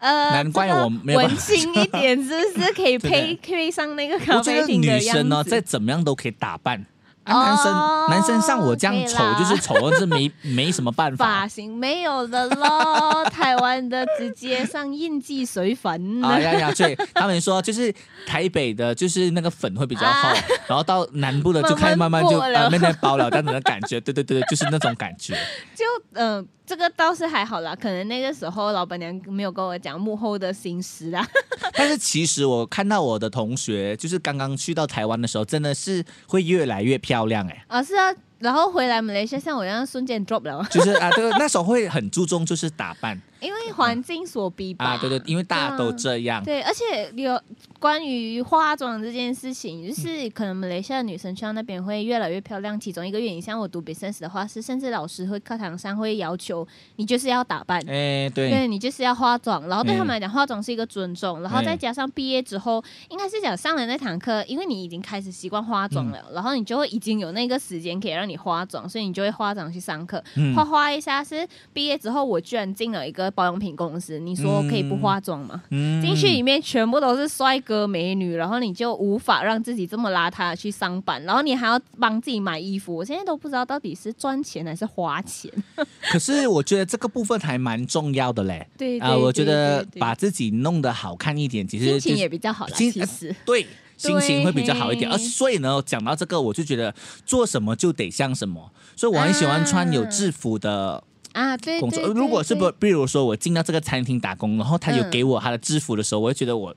S2: 呃，
S1: 难怪我没有
S2: 这个
S1: 办法
S2: 文青一点，是不是 可以
S1: 真的
S2: 配配上那个咖
S1: 我觉
S2: 啡
S1: 得
S2: 厅的
S1: 女啊
S2: 样子？
S1: 生呢，再怎么样都可以打扮。啊，男生、
S2: 哦
S1: 男生像我这
S2: 可以
S1: 样丑
S2: 啦
S1: 就是丑，但是 没没什么办法啊
S2: 发型没有的咯，台湾的直接上印记水粉。
S1: 啊呀呀！所以他们说，就是台北的，就是那个粉会比较厚，然后到南部的就开始慢慢就
S2: 啊慢慢薄了
S1: 啊慢慢薄了，这样子的感觉。对对对，就是那种感觉。
S2: 就嗯、呃这个倒是还好啦，可能那个时候老板娘没有跟我讲幕后的心啊思 啦。
S1: 但是其实我看到我的同学，就是刚刚去到台湾的时候，真的是会越来越漂亮哎、
S2: 啊，是啊，然后回来马来西亚像我一样瞬间 drop 了，
S1: 就是啊，对，那时候会很注重就是打扮
S2: 因为环境所逼吧。
S1: 啊，对对，因为大家都这样，
S2: 嗯对，而且有关于化妆这件事情，
S1: 嗯
S2: 就是可能马来西亚的女生去到那边会越来越漂亮。其中一个原因，像我读 business 的话，是甚至老师会课堂上会要求你就是要打扮。
S1: 哎、嗯对，
S2: 对你就是要化妆，然后对他们来讲，化妆是一个尊重，然后
S1: 嗯
S2: 再加上毕业之后，应该是讲上了那堂课，因为你已经开始习惯化
S1: 嗯
S2: 妆了，然后你就会已经有那个时间可以让你化妆，所以你就会化妆去上课。
S1: 嗯
S2: 画画一下是毕业之后，我居然进了一个保养品公司，你说可以不化妆吗？
S1: 嗯
S2: 进去里面全部都是帅哥美女，然后你就无法让自己这么邋遢地去上班，然后你还要帮自己买衣服，我现在都不知道到底是赚钱还是花钱。
S1: 可是我觉得这个部分还蛮重要的嘞。
S2: 对对
S1: 啊，我觉得
S2: 对对对
S1: 把自己弄得好看一点，其实
S2: 心
S1: 就
S2: 情
S1: 是
S2: 也比较好啦，
S1: 心呃
S2: 其实。
S1: 对，心情会比较好一点。
S2: 对
S1: 而所以呢，讲到这个，我就觉得做什么就得像什么，所以我很喜欢穿有制服的
S2: 啊，对
S1: 工
S2: 对
S1: 作。
S2: 对
S1: 如果是不
S2: 对，嗯
S1: 比如说我进到这个餐厅打工，然后他有给我他的制服的时候，我会觉得我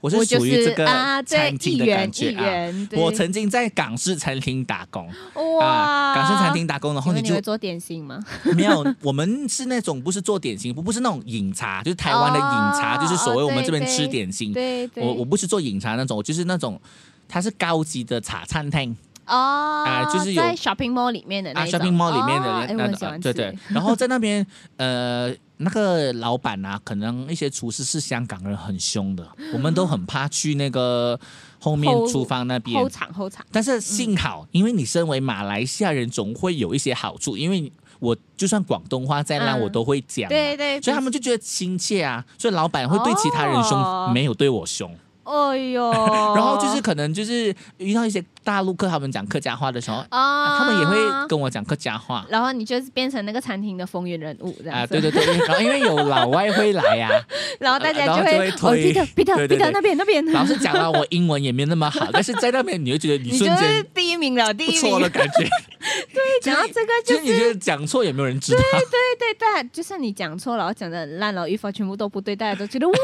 S1: 我
S2: 我
S1: 是
S2: 就
S1: 属于
S2: 是
S1: 这个
S2: 啊，对
S1: 餐，
S2: 一
S1: 厅的
S2: 元
S1: 感
S2: 一
S1: 觉啊。
S2: 元，对
S1: 我曾经在港式餐厅打工啊，
S2: 哇，
S1: 港式餐厅打工，然后
S2: 请问
S1: 你
S2: 你
S1: 就嗯
S2: 会做点心吗？
S1: 没有，我们是那种不是做点心，不不是那种饮茶，就是台湾的饮茶，
S2: 哦
S1: 就是所谓我们这边
S2: 对
S1: 吃点心。
S2: 对对，
S1: 我我不是做饮茶那种，我就是那种它是高级的茶餐厅
S2: 哦，
S1: 啊就是有
S2: 在 shopping mall 里面的
S1: 啊
S2: 那种
S1: ，shopping mall 里面
S2: 哦哎，
S1: 的
S2: 我
S1: 那
S2: 很喜
S1: 种，啊
S2: 欢
S1: 对
S2: 吃，
S1: 对。然后在那边呃，那个老板啊，可能一些厨师是香港人，很凶 的，我们都很怕去那个后面
S2: 后
S1: 厨房那边
S2: 后。场后场，
S1: 但是幸好，因为你身为马来西亚人，总会有一些好处，因为我就算广东话再烂，
S2: 嗯
S1: 我都会讲嘛。
S2: 对对，
S1: 所以他
S2: 对
S1: 们就觉得亲切啊，所以老板会对其他人凶，
S2: 哦
S1: 没有对我凶。
S2: 哎 呦，
S1: 然
S2: 然
S1: 后就是可能就是遇到一些大陆客，他们讲客家话的时候，
S2: 啊，
S1: 他们也会，跟我讲客家话
S2: 然后你就是变成那个餐厅的风云人物这
S1: 啊、
S2: 样
S1: 对
S2: 子，
S1: 对对，然后因为有老外会来呀、 啊，
S2: 然后大家
S1: 然后
S2: 会
S1: 就会推
S2: 哦，Peter
S1: 对
S2: Peter
S1: 对对
S2: Peter 那边那边，
S1: 老实讲啊，我英文也没那么好，但是在那边你会觉得你
S2: 你
S1: 瞬
S2: 就是
S1: 间
S2: 第一名了，第
S1: 不
S2: 一
S1: 错
S2: 名
S1: 的感觉，
S2: 讲到这个
S1: 其
S2: 就
S1: 实你觉
S2: 是。
S1: 得讲错也没有人知道，
S2: 对对对，就算你讲错了，讲的很烂了，语法全部都不对，大家都 觉得哇，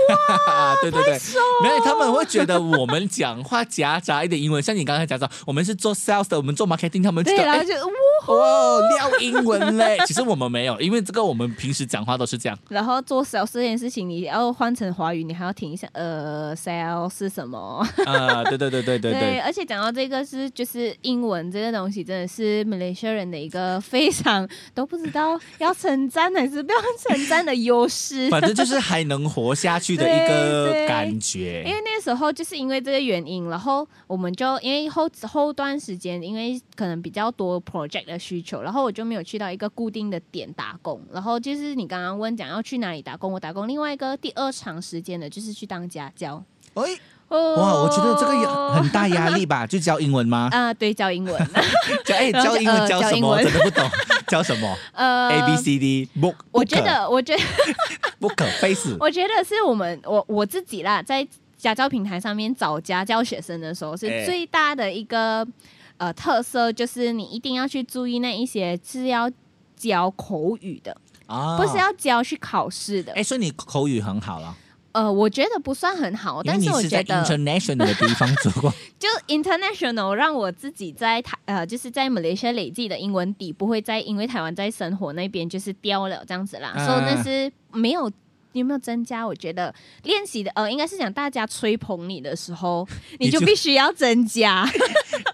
S1: 啊， 对对对，没有他们会觉得我们讲话夹杂一点英文，像你刚才讲到，我们是做 sales 的，我们做 marketing，他们觉
S2: 对，
S1: 得
S2: 然后
S1: 哎
S2: 就哇，
S1: 哦撩英文嘞， 其实我们没有，因为这个我们平时讲话都是 这样，
S2: 然后做 sales 这件事情，你要换成华语，你还要停一下，呃，sales 是什么？
S1: 啊，对对对对对对，
S2: 而且讲到这个是就是英文这个东西，真的是 Malaysia 人的一个非常都不知道要称赞还是不要称赞的优势。
S1: 反正就是还能活下去的一
S2: 对
S1: 个
S2: 对
S1: 感
S2: 因
S1: 觉，
S2: 为那时候就是因为这个原因，然后我们就因为后后段时间，因为可能比较多 project 的需求，然后我就没有去到一个固定的点打工。然后就是你刚刚问讲要去哪里打工，我打工另外一个第二长时间的就是去当家教。
S1: 哎，
S2: 哦
S1: 哇，我觉得这个也很大压力吧，就教英文 吗？
S2: 啊、对，教 英文，
S1: 教哎
S2: 然后
S1: 教
S2: 就
S1: 英文
S2: 呃
S1: 教
S2: 教
S1: 什
S2: 英
S1: 么？
S2: 文
S1: 真的不懂 教什么
S2: 呃
S1: ？A B C D book，
S2: 我觉得，我觉得，
S1: book face，
S2: 我觉得是我们我我自己啦，在家教平台上面找家教学生的时候，是
S1: 哎
S2: 最大的一个、呃特色，就是你一定要去注意那一些是要教口语的，
S1: 啊
S2: 不是要教去考试的。
S1: 哎，所以你口语很好了，
S2: 呃，我觉得不算很好，
S1: 因为
S2: 哦但
S1: 你
S2: 我
S1: 是在
S2: 觉得
S1: international 的地方做 过，
S2: 就 international 让我自己在台呃，就是在马来西亚累积的英文底，不会再因为台湾在生活那边就是掉了这样子啦。
S1: 啊
S2: 所以、那是没有有没有增加？我觉得练习的呃，应该是讲大家吹捧你的时候，
S1: 你
S2: 你就
S1: 就
S2: 必须要增加，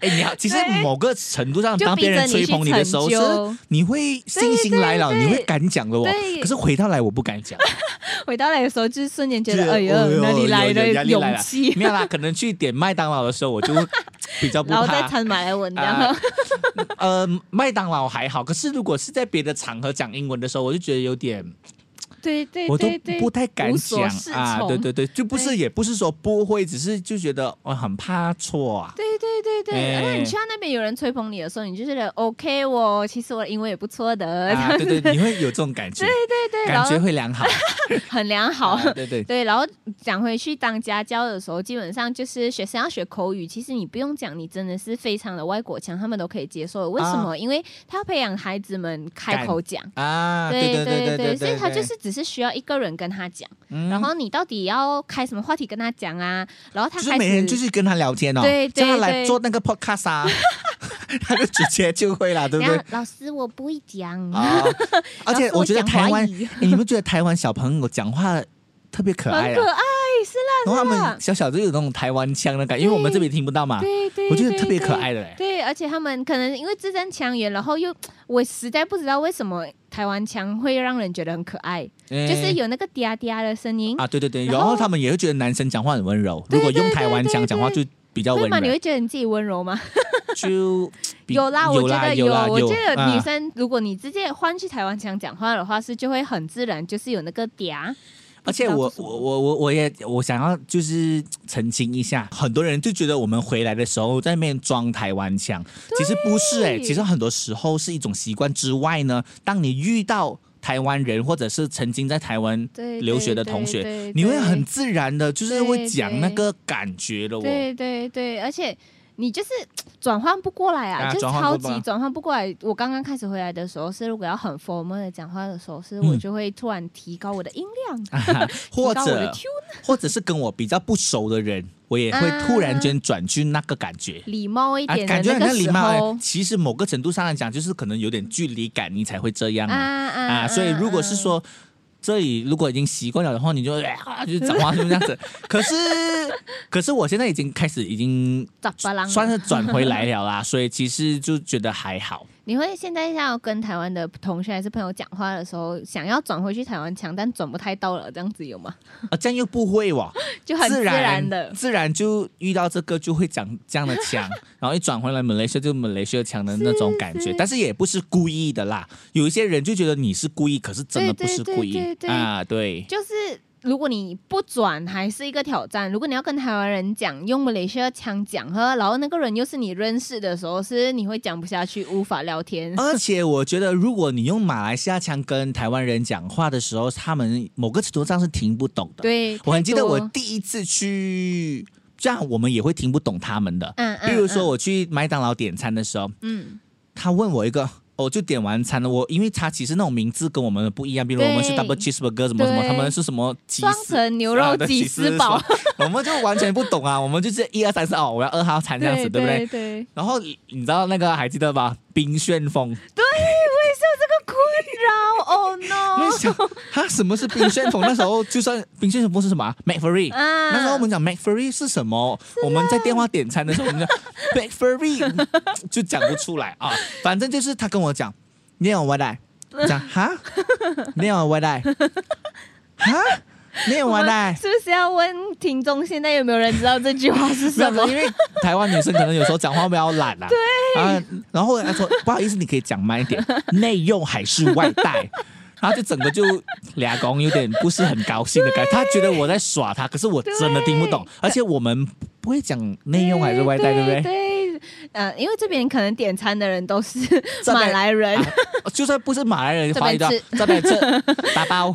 S1: 哎，你好，其实
S2: 对
S1: 某个程度上，
S2: 就
S1: 当
S2: 逼
S1: 别
S2: 着
S1: 人
S2: 你
S1: 吹
S2: 去
S1: 捧
S2: 成
S1: 你的时候，是
S2: 就。
S1: 你会信心来了，
S2: 对对
S1: 你会敢讲的哦。
S2: 对
S1: 可是回到来，我不敢讲，
S2: 回到来的时候，就是瞬间觉
S1: 就
S2: 得哎
S1: 哎
S2: 呦，
S1: 呦
S2: 哪里来
S1: 有有
S2: 的
S1: 压力来
S2: 勇
S1: 了
S2: 气？
S1: 没有啦。可能去点麦当劳的时候，我就会比较不
S2: 然后再
S1: 怕。
S2: 掺马来文，然后
S1: 啊，呃，麦当劳还好，可是如果是在别的场合讲英文的时候，我就觉得有点，
S2: 对对
S1: 我都
S2: 对对
S1: 不，太敢
S2: 无所
S1: 讲
S2: 适
S1: 啊。
S2: 从
S1: 对对对，就不是
S2: 对
S1: 也不是说不会，只是就觉得我很怕错啊。
S2: 对对对对，
S1: 哎
S2: 那、你去到那边有人吹捧你的时候，你就觉得 OK 哦，其实我的英文也不错的，
S1: 啊， 对对，你会有这种感觉，
S2: 对对，然
S1: 感
S2: 后
S1: 觉会良好。
S2: 很良好。
S1: 啊对对，
S2: 对，然后讲回去当家教的时候，基本上就是学生要学口语，其实你不用讲，你真的是非常的外国腔，他们都可以接受的。为什么？因为他要培养孩子们开口讲。
S1: 啊，对
S2: 对
S1: 对
S2: 对，
S1: 对，
S2: 所以他
S1: 对
S2: 就是只是需要一个人跟他讲，
S1: 嗯
S2: 然后你到底要开什么话题跟他讲啊？然后他
S1: 就是
S2: 开
S1: 每天
S2: 始
S1: 就是跟他聊天哦，
S2: 对对
S1: 叫他来
S2: 对
S1: 做那个 podcast 啊，他就直接就会啦，对不对
S2: 然后？老师我不会讲，
S1: 啊， 而且
S2: 老师我
S1: 觉得
S2: 讲
S1: 台湾，
S2: 华语
S1: 诶你们觉得台湾小朋友讲话特别可爱
S2: 很
S1: 啊
S2: 可，爱，是
S1: 然后他
S2: 是啦
S1: 们小小就有那种台湾腔的感觉，因为我们这边听不到嘛，
S2: 对对，
S1: 啊我觉得
S2: 对
S1: 特别可
S2: 对
S1: 爱的嘞。
S2: 对，而且他们可能因为字正腔圆，然后又我实在不知道为什么台湾腔会让人觉得很可爱，
S1: 欸诶
S2: 就是有那个嗲嗲的声音，
S1: 哎啊，对对对，
S2: 然
S1: 然后
S2: 后
S1: 他们也会觉得男生讲话很温柔，
S2: 对
S1: 如果用
S2: 对
S1: 台湾腔
S2: 对
S1: 讲话
S2: 对
S1: 就比较
S2: 会
S1: 温
S2: 吗？你
S1: 柔，
S2: 会觉得你自己温柔吗？
S1: 就比
S2: 有啦，我
S1: 有
S2: 觉
S1: 啦
S2: 得
S1: 有啦
S2: 我
S1: 有
S2: 觉得女
S1: 啊
S2: 生、如果你直接换去台湾腔讲话的话，是就会很自然，就是有那个嗲。
S1: 而且
S2: 不
S1: 我
S2: 知道做什么
S1: 我我我我也我想要就是澄清一下，很多人就觉得我们回来的时候在那边装台湾腔，其实不是哎、
S2: 对
S1: 其实很多时候是一种习惯之外呢，当你遇到台湾人或者是曾经在台湾
S2: 对
S1: 留学的
S2: 对
S1: 同
S2: 对
S1: 学
S2: 对
S1: 你会
S2: 对
S1: 很自然的，就是会讲
S2: 对
S1: 那个感觉的哦。
S2: 对对对，而且你就是转换不过来啊，
S1: 啊
S2: 就是
S1: 转换
S2: 超
S1: 不过来
S2: 级转换不过来。我刚刚开始回来的时候，是如果要很 formal 的讲话的时候，是
S1: 嗯
S2: 我就会突然提高我的音量，
S1: 啊 或
S2: 提高我的
S1: 者
S2: tune，
S1: 或者是跟我比较不熟的人，我也会突然间转去那个感觉。
S2: 礼貌啊一
S1: 啊，
S2: 点
S1: 感觉
S2: 的
S1: 很
S2: 那个
S1: 像礼
S2: 时
S1: 貌
S2: 候
S1: 欸。其实某个程度上来讲，就是可能有点距离感，你才会这样
S2: 啊
S1: 啊。
S2: 啊
S1: 啊，所以如果是，
S2: 啊
S1: 说这里如果已经习惯了的话，你就啊就讲话就这样 子。可是可是我现在已经开始已经
S2: 啊杂巴郎
S1: 算是转回来了 啦，所以其实就觉得还好。
S2: 你会现在要跟台湾的同学还是朋友讲话的时候，想要转回去台湾腔，但转不太到了，这样子有吗？
S1: 啊，这样又不会哇，
S2: 就 很
S1: 自
S2: 然的。
S1: 自然就遇到这个就会讲这样的 腔，然后一转回来马来西亚就马来西亚腔的那种感觉，
S2: 是
S1: 但是也不是故意的啦。有一些人就觉得你是故意，可是真的不
S2: 对对
S1: 是故意
S2: 对对对
S1: 啊，对。
S2: 就是如果你不转还是一个挑战，如果你要跟台湾人讲用马来西亚腔讲呵，然后那个人又是你认识的时候，是你会讲不下去，无法聊天。
S1: 而且我觉得，如果你用马来西亚腔跟台湾人讲话的时候，他们某个程度上是听不懂的。，
S2: 对，
S1: 我很记
S2: 太
S1: 得
S2: 多
S1: 我第一次去，这样我们也会听不懂他们的。
S2: 嗯嗯，
S1: 比如说
S2: 我
S1: 我去麦当劳点餐的时候，
S2: 嗯
S1: 他问我一个我就点完餐了。我因为它其实那种名字跟我们的不一样，比如我们是
S2: 对
S1: double cheeseburger 什么什么，
S2: 对
S1: 他们是什么鸡
S2: 双
S1: 丝
S2: 层牛肉鸡丝 堡，，
S1: 我们就完全不懂啊，我们就是一二三四哦，我要二号餐这样子，对不对？
S2: 对对，
S1: 然后你你知道那个还记得吧？冰旋风，
S2: 这个困扰
S1: 我
S2: ，Oh
S1: 在
S2: no！
S1: 想他什么是冰旋风？那时候就算冰旋风是什么、啊、？McFlurry。
S2: 啊，
S1: 那时候我们讲 McFlurry 是什么？我们在电话点餐的时候，我们讲 McFlurry 就讲不出来啊。反正就是他跟我讲，你有 what I 讲哈， 你有 what I 哈，你有
S2: 我
S1: what
S2: 们
S1: I
S2: 是不是要问听众现在有没有人知道这句话是
S1: 没有
S2: 什么？
S1: 因为台湾女生可能有时候讲话比较懒啦、啊。对。啊，然后他说不好意思，你可以讲慢一点，内用还是外带？然后就整个就俩公有点不是很高兴的感觉，他觉得我在耍他，可是我真的听不懂，而且我们不会讲内用还是外带，对不对？
S2: 对，呃，因为这边可能点餐的人都是
S1: 这边
S2: 马来人，
S1: 啊就算不是马来人，
S2: 这边
S1: 华语的
S2: 吃
S1: 这边吃打包，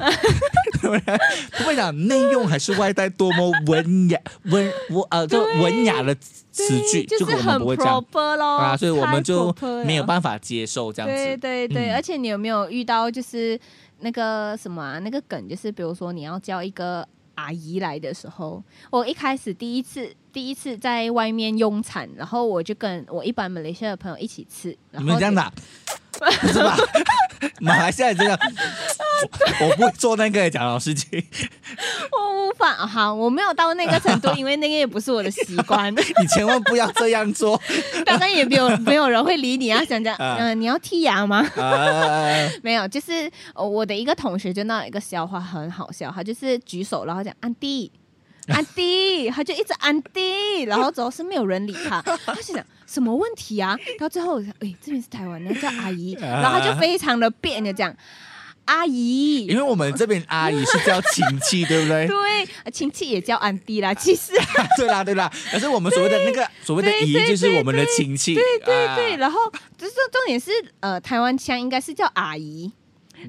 S1: 对不对？不会讲内用还是外带，多么文雅文我呃，就
S2: 对
S1: 文雅的词句，
S2: 对
S1: 这
S2: 就
S1: 个
S2: 是
S1: 我
S2: 很
S1: 们不会讲。
S2: proper 咯，
S1: 啊，所以我们
S2: 太
S1: 就
S2: proper 了
S1: 没有办法接受这样
S2: 对
S1: 子。
S2: 对对，
S1: 嗯
S2: 而且你有没有遇到就是那个什么啊，那个梗，就是比如说你要叫一个阿姨来的时候，我一开始第一次第一次在外面用餐，然后我就跟我一般马来西亚的朋友一起吃，然
S1: 你
S2: 后
S1: 们这样
S2: 就
S1: 打，不是吧？ 马来西亚人这样，我不会做那个讲老师情，
S2: 我哦无法，好，我没有到那个程度，因为那个也不是我的习 惯，
S1: 你千万不要这样做。
S2: 当然也没有没有人会理你 啊，想讲，
S1: 啊
S2: 嗯、你要剔牙吗？
S1: 啊，
S2: 没有，就是呃我的一个同学就闹一个笑话很好笑，他就是举手然后讲安迪。安 迪，他就一直安迪，然后主要是没有人理他，他就想什么问题啊？到最后我想，哎、这边是台湾，你要叫阿姨，
S1: 啊
S2: 然后他就非常的别扭讲阿姨
S1: 因，为我们这边阿姨是叫亲戚，对不对？
S2: 对，呃亲戚也叫安迪啦，其实
S1: 对啦，对啦。可是我们所谓的那个所谓的
S2: 对
S1: 姨，
S2: 对
S1: 就是
S2: 对
S1: 我们的亲戚。
S2: 对对
S1: 啊
S2: 对，然后就是重点是呃，台湾腔应该是叫阿姨，
S1: 嗯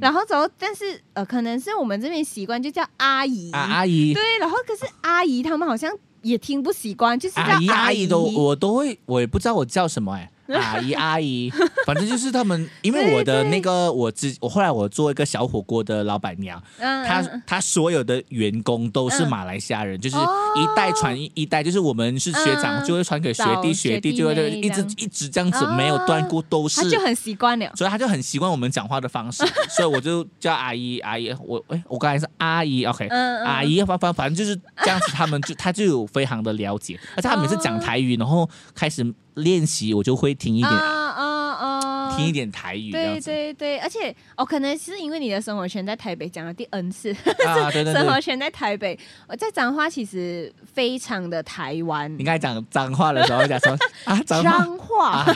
S2: 然后之后但是呃，可能是我们这边习惯就叫阿姨
S1: 啊，阿姨，
S2: 对，然后可是阿姨他们好像也听不习惯，就是叫
S1: 阿姨，阿姨
S2: 姨
S1: 都我都会，我也不知道我叫什么 哎、阿姨阿姨，反正就是他们，因为我的那个我之我后来我做一个小火锅的老板娘，
S2: 嗯
S1: 他
S2: 嗯
S1: 他所有的员工都是
S2: 嗯
S1: 马来西亚人，就是
S2: 哦
S1: 一代传一一代，就是我们是学
S2: 嗯
S1: 长
S2: 嗯
S1: 就会传给学弟，
S2: 找
S1: 学
S2: 学
S1: 弟
S2: 弟
S1: 就会
S2: 妹
S1: 一直
S2: 这样
S1: 一直这样子
S2: 哦
S1: 没有断过都是
S2: 他，就很习惯了。
S1: 所以他就很习惯我们讲话的方式，所以我就叫阿姨阿姨，我哎我刚才是阿姨，OK，
S2: 嗯，嗯
S1: 阿，姨，反反反正就是这样子，他们就他就有非常的了 解，而且他每次讲台语，然后开始练习，我就会听一
S2: 啊
S1: 点，
S2: 啊啊，
S1: 听一点台语这样
S2: 对
S1: 子
S2: 对对，而且哦，可能是因为你的生活圈在台北讲了第 N 次，
S1: 啊，对对
S2: 生活
S1: 对。
S2: 圈在台北，我在彰化其实非常的台湾
S1: 你，刚才讲脏话的时候，讲说啊脏话
S2: 彰化
S1: 啊，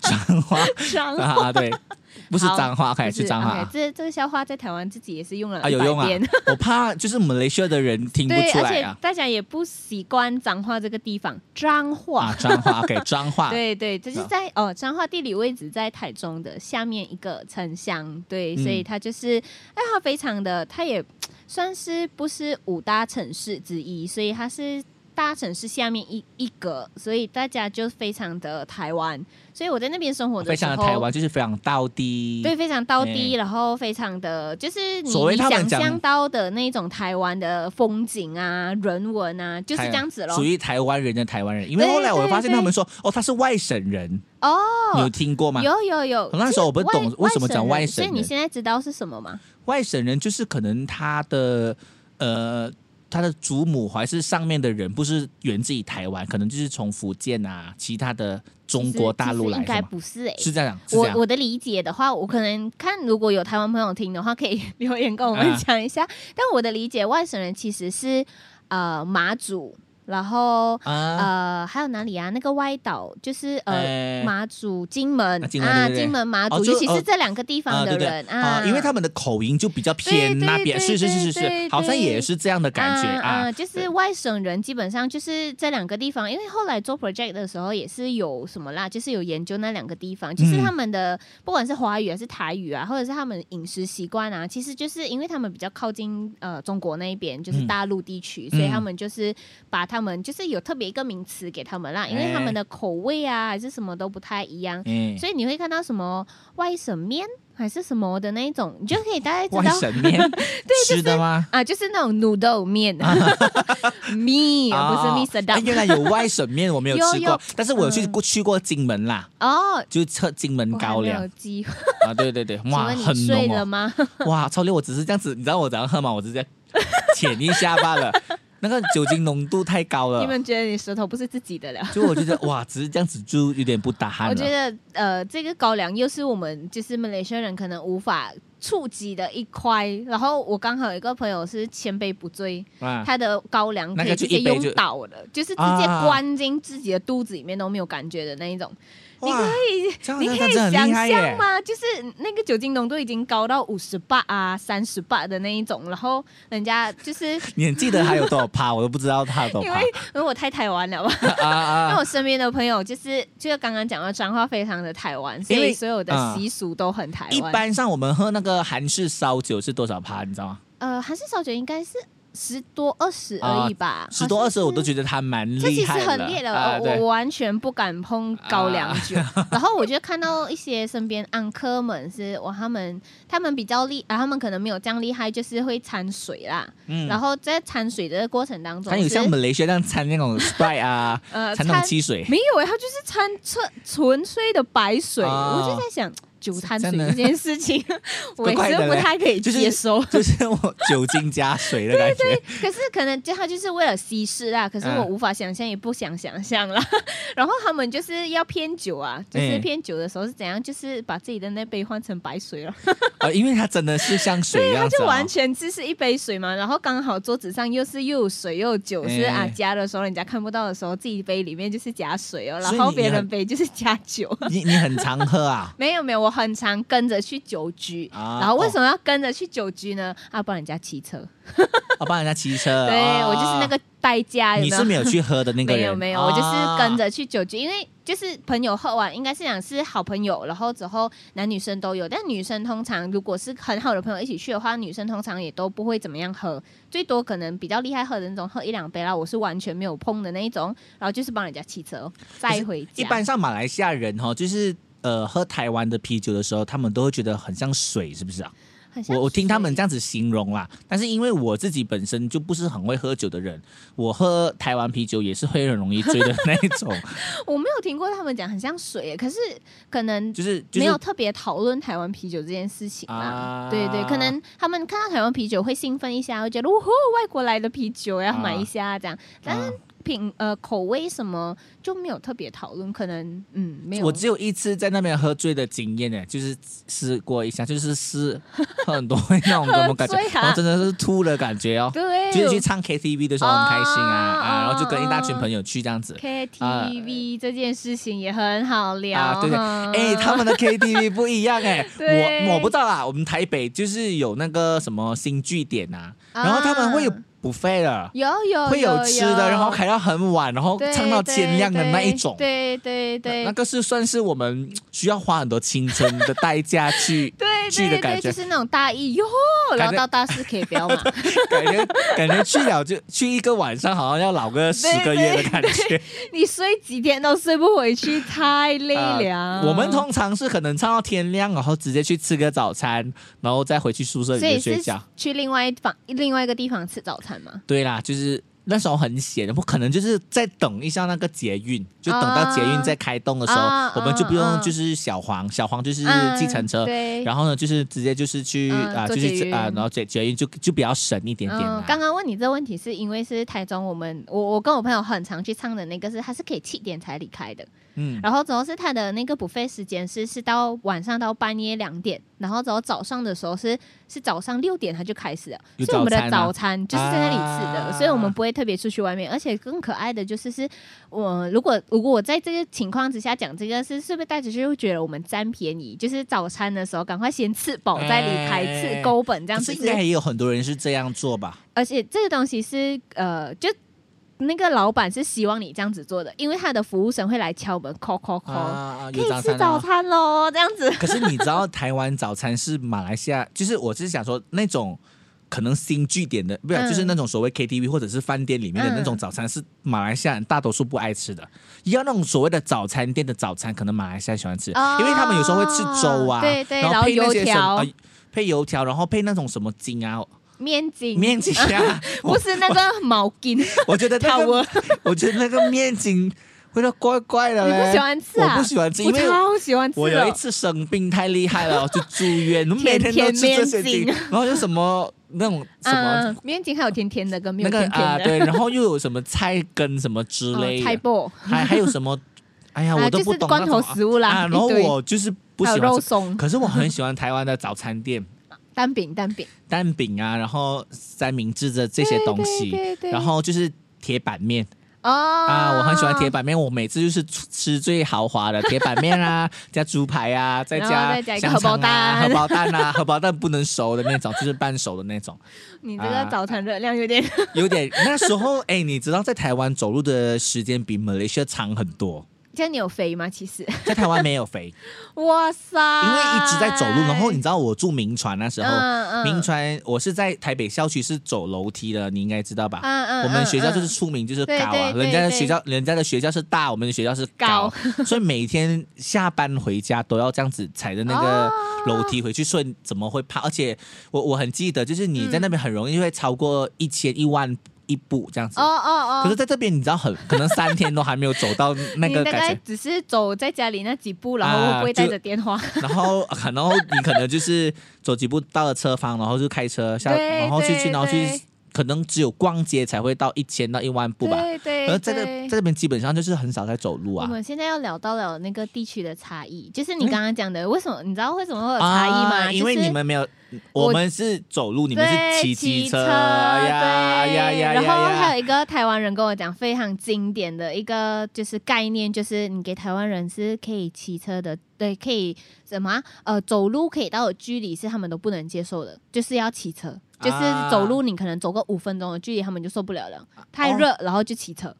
S1: 脏话
S2: 彰
S1: 啊啊对，不是
S2: 好
S1: 脏话，可以
S2: 就是
S1: 是脏话
S2: OK，
S1: 啊
S2: 这这个笑话在台湾自己也是用了
S1: 啊有
S2: 100
S1: 用啊
S2: 遍
S1: 我怕就是马来西亚的人听不
S2: 对，
S1: 出
S2: 而
S1: 来
S2: 且
S1: 啊
S2: 大家也不习惯彰化这个地方，彰化
S1: 啊。脏话，OK 脏话，
S2: 对对，这是
S1: 啊
S2: 在哦，彰化地理位置在台中的下面一个城乡，对，所以
S1: 嗯
S2: 它就是，哎，它非常的，它也算是不是五大城市之一，所以它是大城市下面一一格，所以大家就非常的台湾，所以我在那边生活的
S1: 非
S2: 时候，
S1: 常的台湾，就是非常到地，
S2: 对，非常到地，
S1: 哎
S2: 然后非常的，就是你
S1: 所谓
S2: 你
S1: 他们
S2: 想
S1: 讲
S2: 象到的那种台湾的风景啊、人文啊，就是
S1: 台
S2: 这样子咯
S1: 属。于台湾人的台湾人，因为
S2: 对
S1: 后来我
S2: 对
S1: 发现
S2: 对
S1: 他们说，哦，他是外省人，你有
S2: 哦，
S1: 听过吗？
S2: 有有有，
S1: 那时候我不懂为什么讲
S2: 外
S1: 外
S2: 省
S1: 省
S2: 人所以你
S1: 人，
S2: 现在知道是什么吗？
S1: 外省人就是可能他的呃他的祖母还是上面的人，不是源自于台湾，可能就是从福建啊其他的中国大
S2: 其
S1: 陆
S2: 实
S1: 来
S2: 应该
S1: 的嘛，
S2: 不是哎、
S1: 是这样，是这
S2: 我
S1: 样。
S2: 我的理解的话，我可能看如果有台湾朋友听的话，可以 留言跟我们
S1: 啊
S2: 讲一下。但我的理解，外省人其实是呃马祖，然后
S1: 啊，
S2: 呃还有哪里啊？那个外岛就是呃
S1: 哎
S2: 马祖、金门
S1: 啊金门对对对
S2: 金门、马
S1: 哦
S2: 祖，
S1: 就
S2: 尤其
S1: 哦
S2: 是这两个地方
S1: 啊
S2: 的
S1: 对对
S2: 人
S1: 啊，因为他们的口音就比较偏
S2: 对对
S1: 那边，
S2: 呃对
S1: 是是
S2: 对
S1: 是是
S2: 对
S1: 是，好像
S2: 对
S1: 也是这样的感觉
S2: 啊
S1: 啊。
S2: 就是外省人基本上就是这两个地方，因为后来做 project 的时候也是有什么啦，就是有研究那两个地
S1: 嗯
S2: 方，就是他们的、不管是华语还是台语啊，或者是他们饮食习惯啊，其实就是因为他们比较靠近呃中国那一边，就是
S1: 嗯
S2: 大陆地区，所以
S1: 嗯
S2: 他们就是把他他们就是有特别一个名词给他们啦，因为
S1: 哎
S2: 他们的口味啊还是什么都不太一样，
S1: 嗯，
S2: 所以你会看到什么外省面还是什么的那一种，你就可以大概知
S1: 外
S2: 道
S1: 省面 吃的吗？
S2: 啊，就是那种 noodle 面，me
S1: 哦
S2: 不是 Mr.
S1: 哎
S2: Duck
S1: 原来有外省面，我没有
S2: 有
S1: 吃过
S2: 有，
S1: 但是我有去过去过金门啦，
S2: 哦，
S1: 就吃金门
S2: 我还
S1: 高
S2: 没
S1: 粱
S2: 有机会，
S1: 啊，对对对，
S2: 请
S1: 哇，
S2: 问
S1: 很
S2: 你睡
S1: 浓
S2: 了
S1: 哦，
S2: 吗？
S1: 哇，超烈，我只是这样子，你知道我怎样喝吗？我只是这样舔一下罢了，那个酒精浓度太高
S2: 你
S1: 了，
S2: 们觉得你舌头不是自己的了？
S1: 就我觉得哇，只是这样子就有点不打鼾
S2: 我觉
S1: 了。
S2: 得呃，这个高粱又是我们就是马来西亚人可能无法触及的一块。然后我刚好有一个朋友是千杯不醉，
S1: 啊，
S2: 他的高粱
S1: 那
S2: 可
S1: 个
S2: 以
S1: 就
S2: 直
S1: 一
S2: 接
S1: 杯
S2: 用
S1: 就
S2: 倒的，就是直接
S1: 啊
S2: 灌进自己的肚子里面都没有感觉的那一种。你可
S1: 以，这样
S2: 你
S1: 这样
S2: 可以
S1: 真的很
S2: 想
S1: 厉害
S2: 象
S1: 耶！
S2: 吗？就是那个酒精浓度已经高到五十八啊、三十八的那一种，然后人家就是
S1: 你很记得还有多少趴，我都不知道他有多
S2: 因
S1: 少
S2: 为 因为我太台湾了吧，
S1: 趴 啊
S2: 因为
S1: 啊！
S2: 我身边的朋友就是就是刚刚讲到彰化非常的台湾，所
S1: 因为啊
S2: 以所有的习俗都很台
S1: 一
S2: 湾。
S1: 般上我们喝那个韩式烧酒是多少趴，你知道吗？
S2: 呃，韩式烧酒应该是十多二十而已吧，
S1: 啊十多二十我都觉得他蛮
S2: 这其
S1: 厉
S2: 实
S1: 害的，
S2: 很烈的，
S1: 啊
S2: 我
S1: 对
S2: 我完全不敢碰高粱 酒。然后我就看到一些身边安科们是哇，他们他们比较厉啊，他们可能没有这样厉害，就是会掺水啦。
S1: 嗯
S2: 然后在掺水的过程当中，
S1: 它有像
S2: 是
S1: 马来西亚这样掺那 种 Sprite 啊，
S2: 呃
S1: 掺那种汽水，
S2: 没有哎、他就是掺纯纯粹的白水，
S1: 哦
S2: 我就在想。酒掺水
S1: 真的
S2: 这件 事情，我也
S1: 怪
S2: 是
S1: 怪的
S2: 不
S1: 嘞
S2: 太可以
S1: 就是
S2: 接受。
S1: 就是我酒精加水 的感觉。
S2: 可是可能就他就是为了稀释啦，可是我
S1: 嗯
S2: 无法想象，也不想想象啦。 然后他们就是要骗酒啊，就是
S1: 嗯
S2: 骗酒的时候是怎样，就是把自己的那杯换成白水了，
S1: 呃，因为它真的是像水一样
S2: 他
S1: 子哦，
S2: 就完全只是一杯水嘛。然后刚好桌子上又是又有水又有酒，是啊
S1: 嗯
S2: 加的时候人家看不到的时候，自己杯里面就是加水哦，
S1: 所以
S2: 然
S1: 你
S2: 后别
S1: 你
S2: 人
S1: 很
S2: 杯就是加酒。
S1: 你你很常喝啊
S2: 没有没有，我很常跟着去酒局。
S1: 啊！
S2: 然后为什
S1: 么
S2: 么要跟着去酒局呢？啊，不然人家骑车。
S1: 我哦帮人家骑车？
S2: 对
S1: 哦
S2: 我就是那个代驾，有没
S1: 你
S2: 有
S1: 是？没有去喝的 那个
S2: 没
S1: 人，
S2: 有没有，我就是跟
S1: 啊。
S2: 着去酒局，因为就是朋友喝完，应该是讲是好朋友，然后之后男女生都有，但女生通常如果是很好的朋友一起去的话，女生通常也都不会怎么样喝，最多可能比较厉害喝的那种喝一两杯啦，我是完全没有碰的那一种，然后就是帮人家骑车载回家。
S1: 一般上马来西亚人哈，就是呃喝台湾的啤酒的时候，他们都会觉得很像水，是不是啊？
S2: 很像
S1: 我我听他们这
S2: 样，
S1: 样子形容啦，但是因为我自己本身就不是很会喝酒的人，我喝台湾啤酒也是会很容易醉的那一种，
S2: 我没有听过他们讲很像水，可是可能
S1: 就是就是
S2: 没有特别讨论台湾啤酒这件事情啊。
S1: 啊
S2: 对对，可能他们看到台湾啤酒会兴奋一下，会觉得哦吼，外国来的啤酒要
S1: 啊
S2: 买一下这样。但
S1: 啊
S2: 是品呃口味什么就没有特别讨论，可能嗯没有。
S1: 我只有一次在那边喝醉的经验呢，就是试过一下，就是试喝很多那种什么感觉，
S2: 喝醉啊
S1: 然后真的是吐的感觉哦。
S2: 对
S1: 就是去唱 KTV 的时候很开心啊、
S2: 哦
S1: 啊，然后就跟一大群
S2: 哦
S1: 朋友去这样子。
S2: KTV 这件事情也很好聊
S1: 哎啊，对对，
S2: 哈
S1: 哎、他们的 KTV 不一样哎、
S2: 嗯对
S1: 我我不知道啦，我们台北就是有那个什么新据点啊，
S2: 啊
S1: 然后他们会有不费的，
S2: 有有
S1: 会有吃的，然后开到很晚，然后
S2: 对
S1: 唱到
S2: 对
S1: 天亮的那一种。
S2: 对对
S1: 那
S2: 对
S1: 那个是算是我们需要花很多青春的代价去
S2: 对
S1: 剧
S2: 对
S1: 的
S2: 对
S1: 感
S2: 对，
S1: 觉
S2: 就是那种大意哟，然后到大四可以 标嘛，
S1: 感觉感觉去了就去一个晚上，好像要老个十个月的感觉。
S2: 你睡几天都睡不回去，太累了。
S1: 呃我们通常是可能唱到天亮，然后直接去吃个早餐，然后再回去宿舍里
S2: 所以
S1: 面睡
S2: 是
S1: 觉。
S2: 去另外一方另外一个地方吃早餐嘛，
S1: 对啦，就是那时候很闲，我可能就是再等一下那个捷运，就等到捷运在开动的时候，
S2: 啊
S1: 我们就不用
S2: 啊
S1: 就是小黄，小黄就是
S2: 嗯
S1: 计程车。
S2: 对，
S1: 然后呢，就是直接就是去
S2: 嗯
S1: 啊、
S2: 坐
S1: 就是
S2: 捷运
S1: 啊、然后捷捷运就就比较省一点点啊啦、
S2: 嗯，刚刚问你这个问题，是因为是台中，我们我我跟我朋友很常去唱的那个是，他是可以七点才离开的，
S1: 嗯，
S2: 然后主要是他的那个 buffet 时间是是到晚上到半夜两点，然后走早上的时候是是早上六点他就开始了，
S1: 有
S2: 所以我们
S1: 早餐
S2: 的
S1: 啊
S2: 早餐就是在那里吃的，
S1: 啊
S2: 所以我们不会特别出去外面，而且更可爱的就是是我如果如果我在这个情况之下讲这个是是不是大家就会觉得我们占便宜，就是早餐的时候赶快先吃饱再离开，
S1: 哎
S2: 吃够本这样
S1: 可
S2: 子
S1: 是应该也有很多人是这样做吧？
S2: 而且这个东西是呃，就那个老板是希望你这样子做的，因为他的服务生会来敲门，call call call，、
S1: 啊，
S2: 哦可
S1: 有
S2: 以
S1: 早
S2: 吃
S1: 餐
S2: 早
S1: 啊。
S2: 餐喽，这样子。
S1: 可是你知道台湾早餐是马来西亚，就是我是想说那种可能新据点的，不是、
S2: 嗯
S1: 就是那种所谓 KTV 或者是饭店里面的那种
S2: 嗯
S1: 早餐，是马来西亚人大多数不爱吃的。要那种所谓的早餐店的早餐，可能马来西亚喜欢吃，
S2: 哦
S1: 因为他们有时候会吃粥啊，
S2: 对对
S1: 然后配
S2: 然后
S1: 那些
S2: 油
S1: 什么、
S2: 条
S1: 呃配油条，然后配那种什么筋啊、
S2: 面筋，
S1: 面筋 啊，我
S2: 不是那个毛巾，
S1: 我觉得那
S2: 套
S1: 个
S2: 我，
S1: 我觉得那个面筋味道怪怪的
S2: 你
S1: 嘞，
S2: 不喜欢吃啊？
S1: 我不喜欢吃，因
S2: 我
S1: 为
S2: 超喜欢吃
S1: 我有一
S2: 的。
S1: 次生病太厉害 了，就住院，每天都
S2: 甜
S1: 吃这
S2: 面
S1: 些
S2: 筋
S1: 筋，然后有什么那种什么
S2: 嗯，面筋还有甜甜的跟没
S1: 那
S2: 有
S1: 个
S2: 甜
S1: 啊，
S2: 甜
S1: 对，
S2: 的，
S1: 然后又有什么菜根什么之类
S2: 哦菜
S1: 的，
S2: 脯，
S1: 还还有什 么，哎呀，我
S2: 啊
S1: 都
S2: 就
S1: 不
S2: 是
S1: 懂
S2: 罐头
S1: 那种
S2: 食物啦，
S1: 啊。然后
S2: 一堆
S1: 我就是不
S2: 还有
S1: 喜欢
S2: 肉
S1: 吃，
S2: 松、
S1: 可是我很喜欢台湾的早餐店，
S2: 蛋饼、蛋饼
S1: 蛋饼啊，然后三明治的这些东西，
S2: 对对对
S1: 然后就是铁板面。
S2: 哦
S1: 啊，我很喜欢铁，板面，我每次就是吃吃最豪华 的铁板面啊，加猪排啊，再
S2: 然后
S1: 加
S2: 再加一个
S1: 香肠啊、荷
S2: 荷
S1: 包蛋啊，荷包蛋不能熟的那种，就是半熟的那种，
S2: 你这
S1: 啊
S2: 个早餐热量有 点
S1: 有点那时 候哎，你知道在台湾走路的时间比马来西亚长很多，
S2: 这样你有肥吗？其实，
S1: 在台湾没有肥，
S2: 哇塞！
S1: 因
S2: 因
S1: 为一直在走路，然后你知道我住明船那时候，
S2: 嗯嗯
S1: 明船我是在台北校区是走楼梯的，你应该知道吧？
S2: 嗯嗯
S1: 我们学校就是
S2: 嗯
S1: 出名就是高啊，
S2: 对对对
S1: 人家的
S2: 对
S1: 学校人家的学校是大，我们的学校是高， 所以每天下班回家都要这样子踩着那个
S2: 哦
S1: 楼梯回去，所以怎么会怕？而且我我很记得，就是你在那边很容易会超过一千一万一步这样子
S2: 哦，哦哦，
S1: 可是在这边你知道很可能三天都还没有走到那
S2: 你
S1: 个
S2: 大
S1: 感
S2: 概
S1: 觉，
S2: 只是走在家里那几步，然后
S1: 啊
S2: 我不会
S1: 就
S2: 带着电话，
S1: 然后然后你可能就是走几步到了车房，然后就开车下，
S2: 对
S1: 然后去
S2: 对
S1: 去，然后去
S2: 对，
S1: 可能只有逛街才会到一千到一万步吧。
S2: 对对，
S1: 而在这
S2: 对
S1: 在这边基本上就是很少在走路
S2: 我
S1: 啊。
S2: 们现在要聊到了那个地区的差异，就是你
S1: 嗯
S2: 刚刚讲的，为什么你知道为什么会有差异吗？
S1: 啊因为
S2: 就是
S1: 你们没有，
S2: 我
S1: 我们是走路，你们
S2: 对
S1: 是骑
S2: 骑
S1: 车呀
S2: 对
S1: 呀呀呀
S2: 然后还
S1: 呀！
S2: 有一个台湾人跟我讲非常经典的一个就是概念，就是你给台湾人是可以骑车的，对，可以什么啊呃走路可以到的距离是他们都不能接受的，就是要骑车。就是
S1: 啊
S2: 走路，你可能走个五分钟的距离，他们就受不了了，
S1: 哦
S2: 太热，然后就骑车。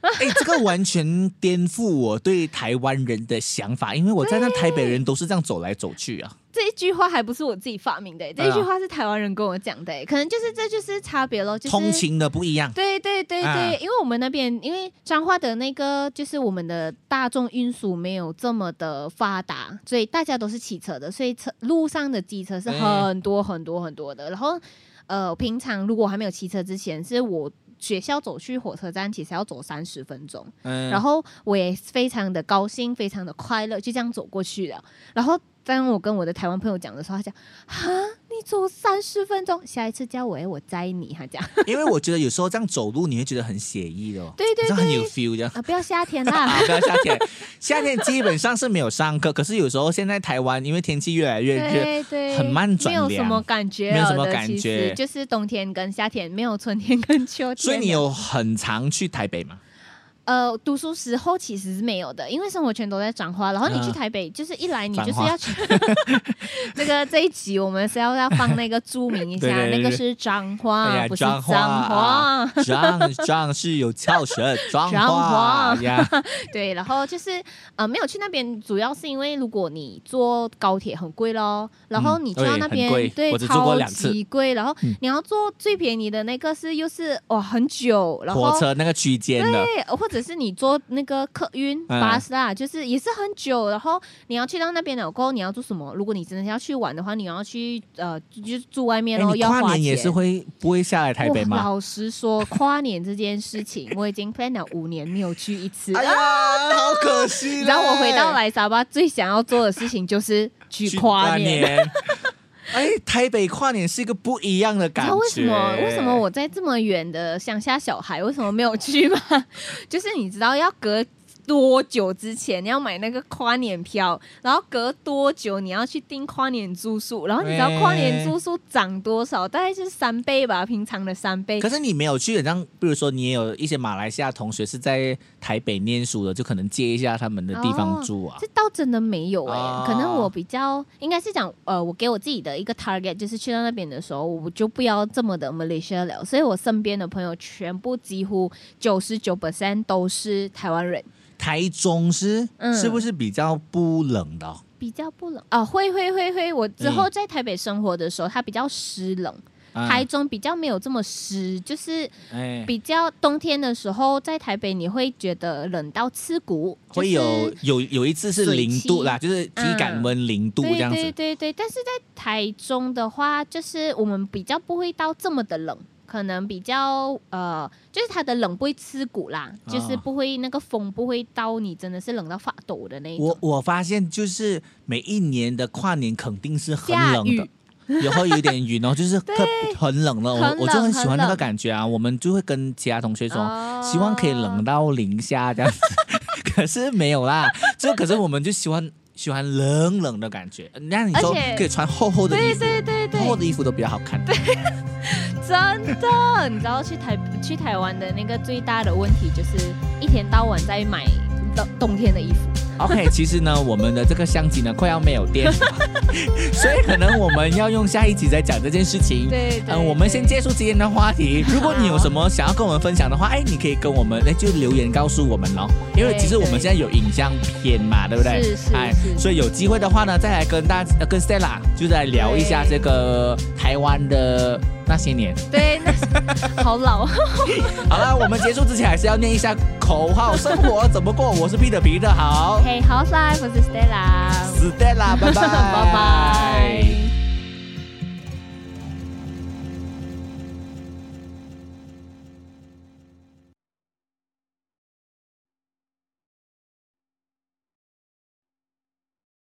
S1: 哎，这个完全颠覆我对台湾人的想法，因为我在那台北人都是这样走来走去啊。
S2: 这一句话还不是我自己发明
S1: 嗯
S2: 的、欸这一句话是台湾人跟我讲的、欸可能就是这就是差别咯，就是
S1: 通勤的不一样，
S2: 对对对对，
S1: 啊
S2: 因为我们那边，因为彰化的那个就是我们的大众运输没有这么的发达，所以大家都是骑车的，所以车路上的机车是很多很多很多的。然后，呃，平常如果还没有骑车之前，是我学校走去火车站，其实要走三十分钟。
S1: 嗯，
S2: 然后我也非常的高兴，非常的快乐，就这样走过去了。然后当我跟我的台湾朋友讲的时候，他讲：“哈，你走三十分钟，下一次叫我，哎我载你。”他讲。
S1: 嗯因为我觉得有时候这样走路，你会觉得很写意的哦，
S2: 对对
S1: 好像很
S2: 对
S1: 有 feel 这样。
S2: 啊，不要夏天
S1: 啊
S2: 啦，，
S1: 不要夏天，夏天基本上是没有上课，可是有时候现在台湾因为天气越来越热，
S2: 对对，
S1: 很慢转
S2: 没有什
S1: 凉
S2: 么感觉
S1: 没有
S2: 了
S1: 什么
S2: 的
S1: 感
S2: 其实
S1: 觉
S2: 就是冬天跟夏天，没有春天跟秋天。
S1: 所以你有很常去台北吗？
S2: 呃，读书时候其实是没有的，因为生活圈都在转化。然后你去
S1: 啊
S2: 台北，就是一来你
S1: 转
S2: 就是
S1: 化
S2: 要去 那个这一集，我们是要要放那个注明一下，
S1: 对对对
S2: 那
S1: 对
S2: 个是彰化，
S1: 哎呀
S2: 不是
S1: 彰
S2: 脏
S1: 化
S2: 话。
S1: 啊 张张是有翘 舌，张
S2: 彰
S1: 话
S2: 化
S1: 呀，
S2: 对，然后就是呃，没有去那边，主要是因为如果你坐高铁很贵咯，然后
S1: 嗯
S2: 你
S1: 对
S2: 坐到那
S1: 很
S2: 边、
S1: 贵
S2: 对
S1: 我只坐过
S2: 超
S1: 两次
S2: 级贵，然后
S1: 嗯
S2: 你要坐最便宜的那个是又是哇很久， 然后
S1: 火车那个区间的，哎
S2: 对，或者是你坐那个客运
S1: 嗯
S2: 巴士啦，就是也是很久，然后你要去到那边了过后，你要做什么？如果你真的要去玩的话，你要去呃就就住外面
S1: 哎，
S2: 咯，
S1: 你
S2: 要
S1: 跨
S2: 花
S1: 年
S2: 钱。
S1: 也是会不会下来台北
S2: 哇
S1: 吗？
S2: 老实说，跨年这件事情，我已经 plan 了五年没有去一次。
S1: 哎呀，好可惜嘞。
S2: 然后我回到来沙巴，最想要做的事情就是去
S1: 去
S2: 跨年。
S1: 年， 哎，台北跨年是一个不一样的
S2: 你
S1: 感
S2: 知
S1: 觉。
S2: 道为什么？为什么我在这么远的乡下小孩，为什么没有去吗？ 就是你知道要隔多久之前你要买那个跨年票，然后隔多久你要去订跨年住宿，然后你知道
S1: 哎
S2: 跨年住宿涨多少？大概就是三倍吧，平常的三倍
S1: 可。是你没有去，像比如说你也有一些马来西亚同学是在台北念书的，就可能借一下他们的地方住啊。
S2: 这倒真的没有哎、
S1: 哦
S2: 可能我比较应该是讲，呃，我给我自己的一个 target 就是去到那边的时候，我就不要这么的 Malaysia 了，所以我身边的朋友全部几乎九十九 percent 都是台湾人，
S1: 台中是、
S2: 嗯
S1: 是不是比较不冷的哦、
S2: 哦
S1: 嗯
S2: 比较不冷啊、会会会会，我之后在台北生活的时候，它比较湿冷，
S1: 啊
S2: 台中比较没有这么湿，就是
S1: 哎，
S2: 比较冬天的时候，在台北你会觉得冷到刺骨，
S1: 会有有有一次是
S2: 水
S1: 零度啦，就是体感
S2: 嗯
S1: 温零度
S2: 就是
S1: 这样
S2: 对对
S1: 子。
S2: 对对，但是在台中的话，就是我们比较不会到这么的冷。可能比较呃，就是它的冷不会刺骨啦，
S1: 啊
S2: 就是不会那个风不会到你真的是冷到发抖的那一
S1: 我
S2: 种。
S1: 我发现就是每一年的跨年肯定是很
S2: 下
S1: 冷的
S2: 雨，
S1: 也会有一点云 哦，就是特很冷了。
S2: 很
S1: 我
S2: 冷
S1: 我就很喜欢那
S2: 很
S1: 个
S2: 冷
S1: 感觉啊，我们就会跟其他同学说，
S2: 哦
S1: 希望可以冷到零下这样子， 可是没有啦。就可是我们就喜欢喜欢冷冷的感觉，那你说
S2: 而且
S1: 可以穿厚厚的衣
S2: 对
S1: 服，
S2: 对对对
S1: 厚，厚的衣服都比较好看。
S2: 真的，你知道去台 去台湾的那个最大的问题就是一天到晚在买冬冬天的衣服。
S1: OK，其实呢，我们的这个相机呢快要没有电了，所以可能我们要用下一集再讲这件事情。
S2: 对对
S1: 嗯、我们先
S2: 对
S1: 结束今天的话题。如果你有什么想要跟我们分享的话，哎，你可以跟我们，哎，就留言告诉我们咯。因为
S2: 对
S1: 其实我们
S2: 对
S1: 现在有影像片嘛，对不对？
S2: 是是是
S1: 所以有机会的话呢，再来跟大、呃、跟 Stella 就来聊一下这个台湾的那些年。
S2: 对，那是 好老。
S1: 好了，我们结束之前还是要念一下口号：生活怎么过？我是 Peter 皮特，好
S2: Hey, how's life? 我是 Stella。
S1: ，Stella，拜拜，
S2: 拜拜。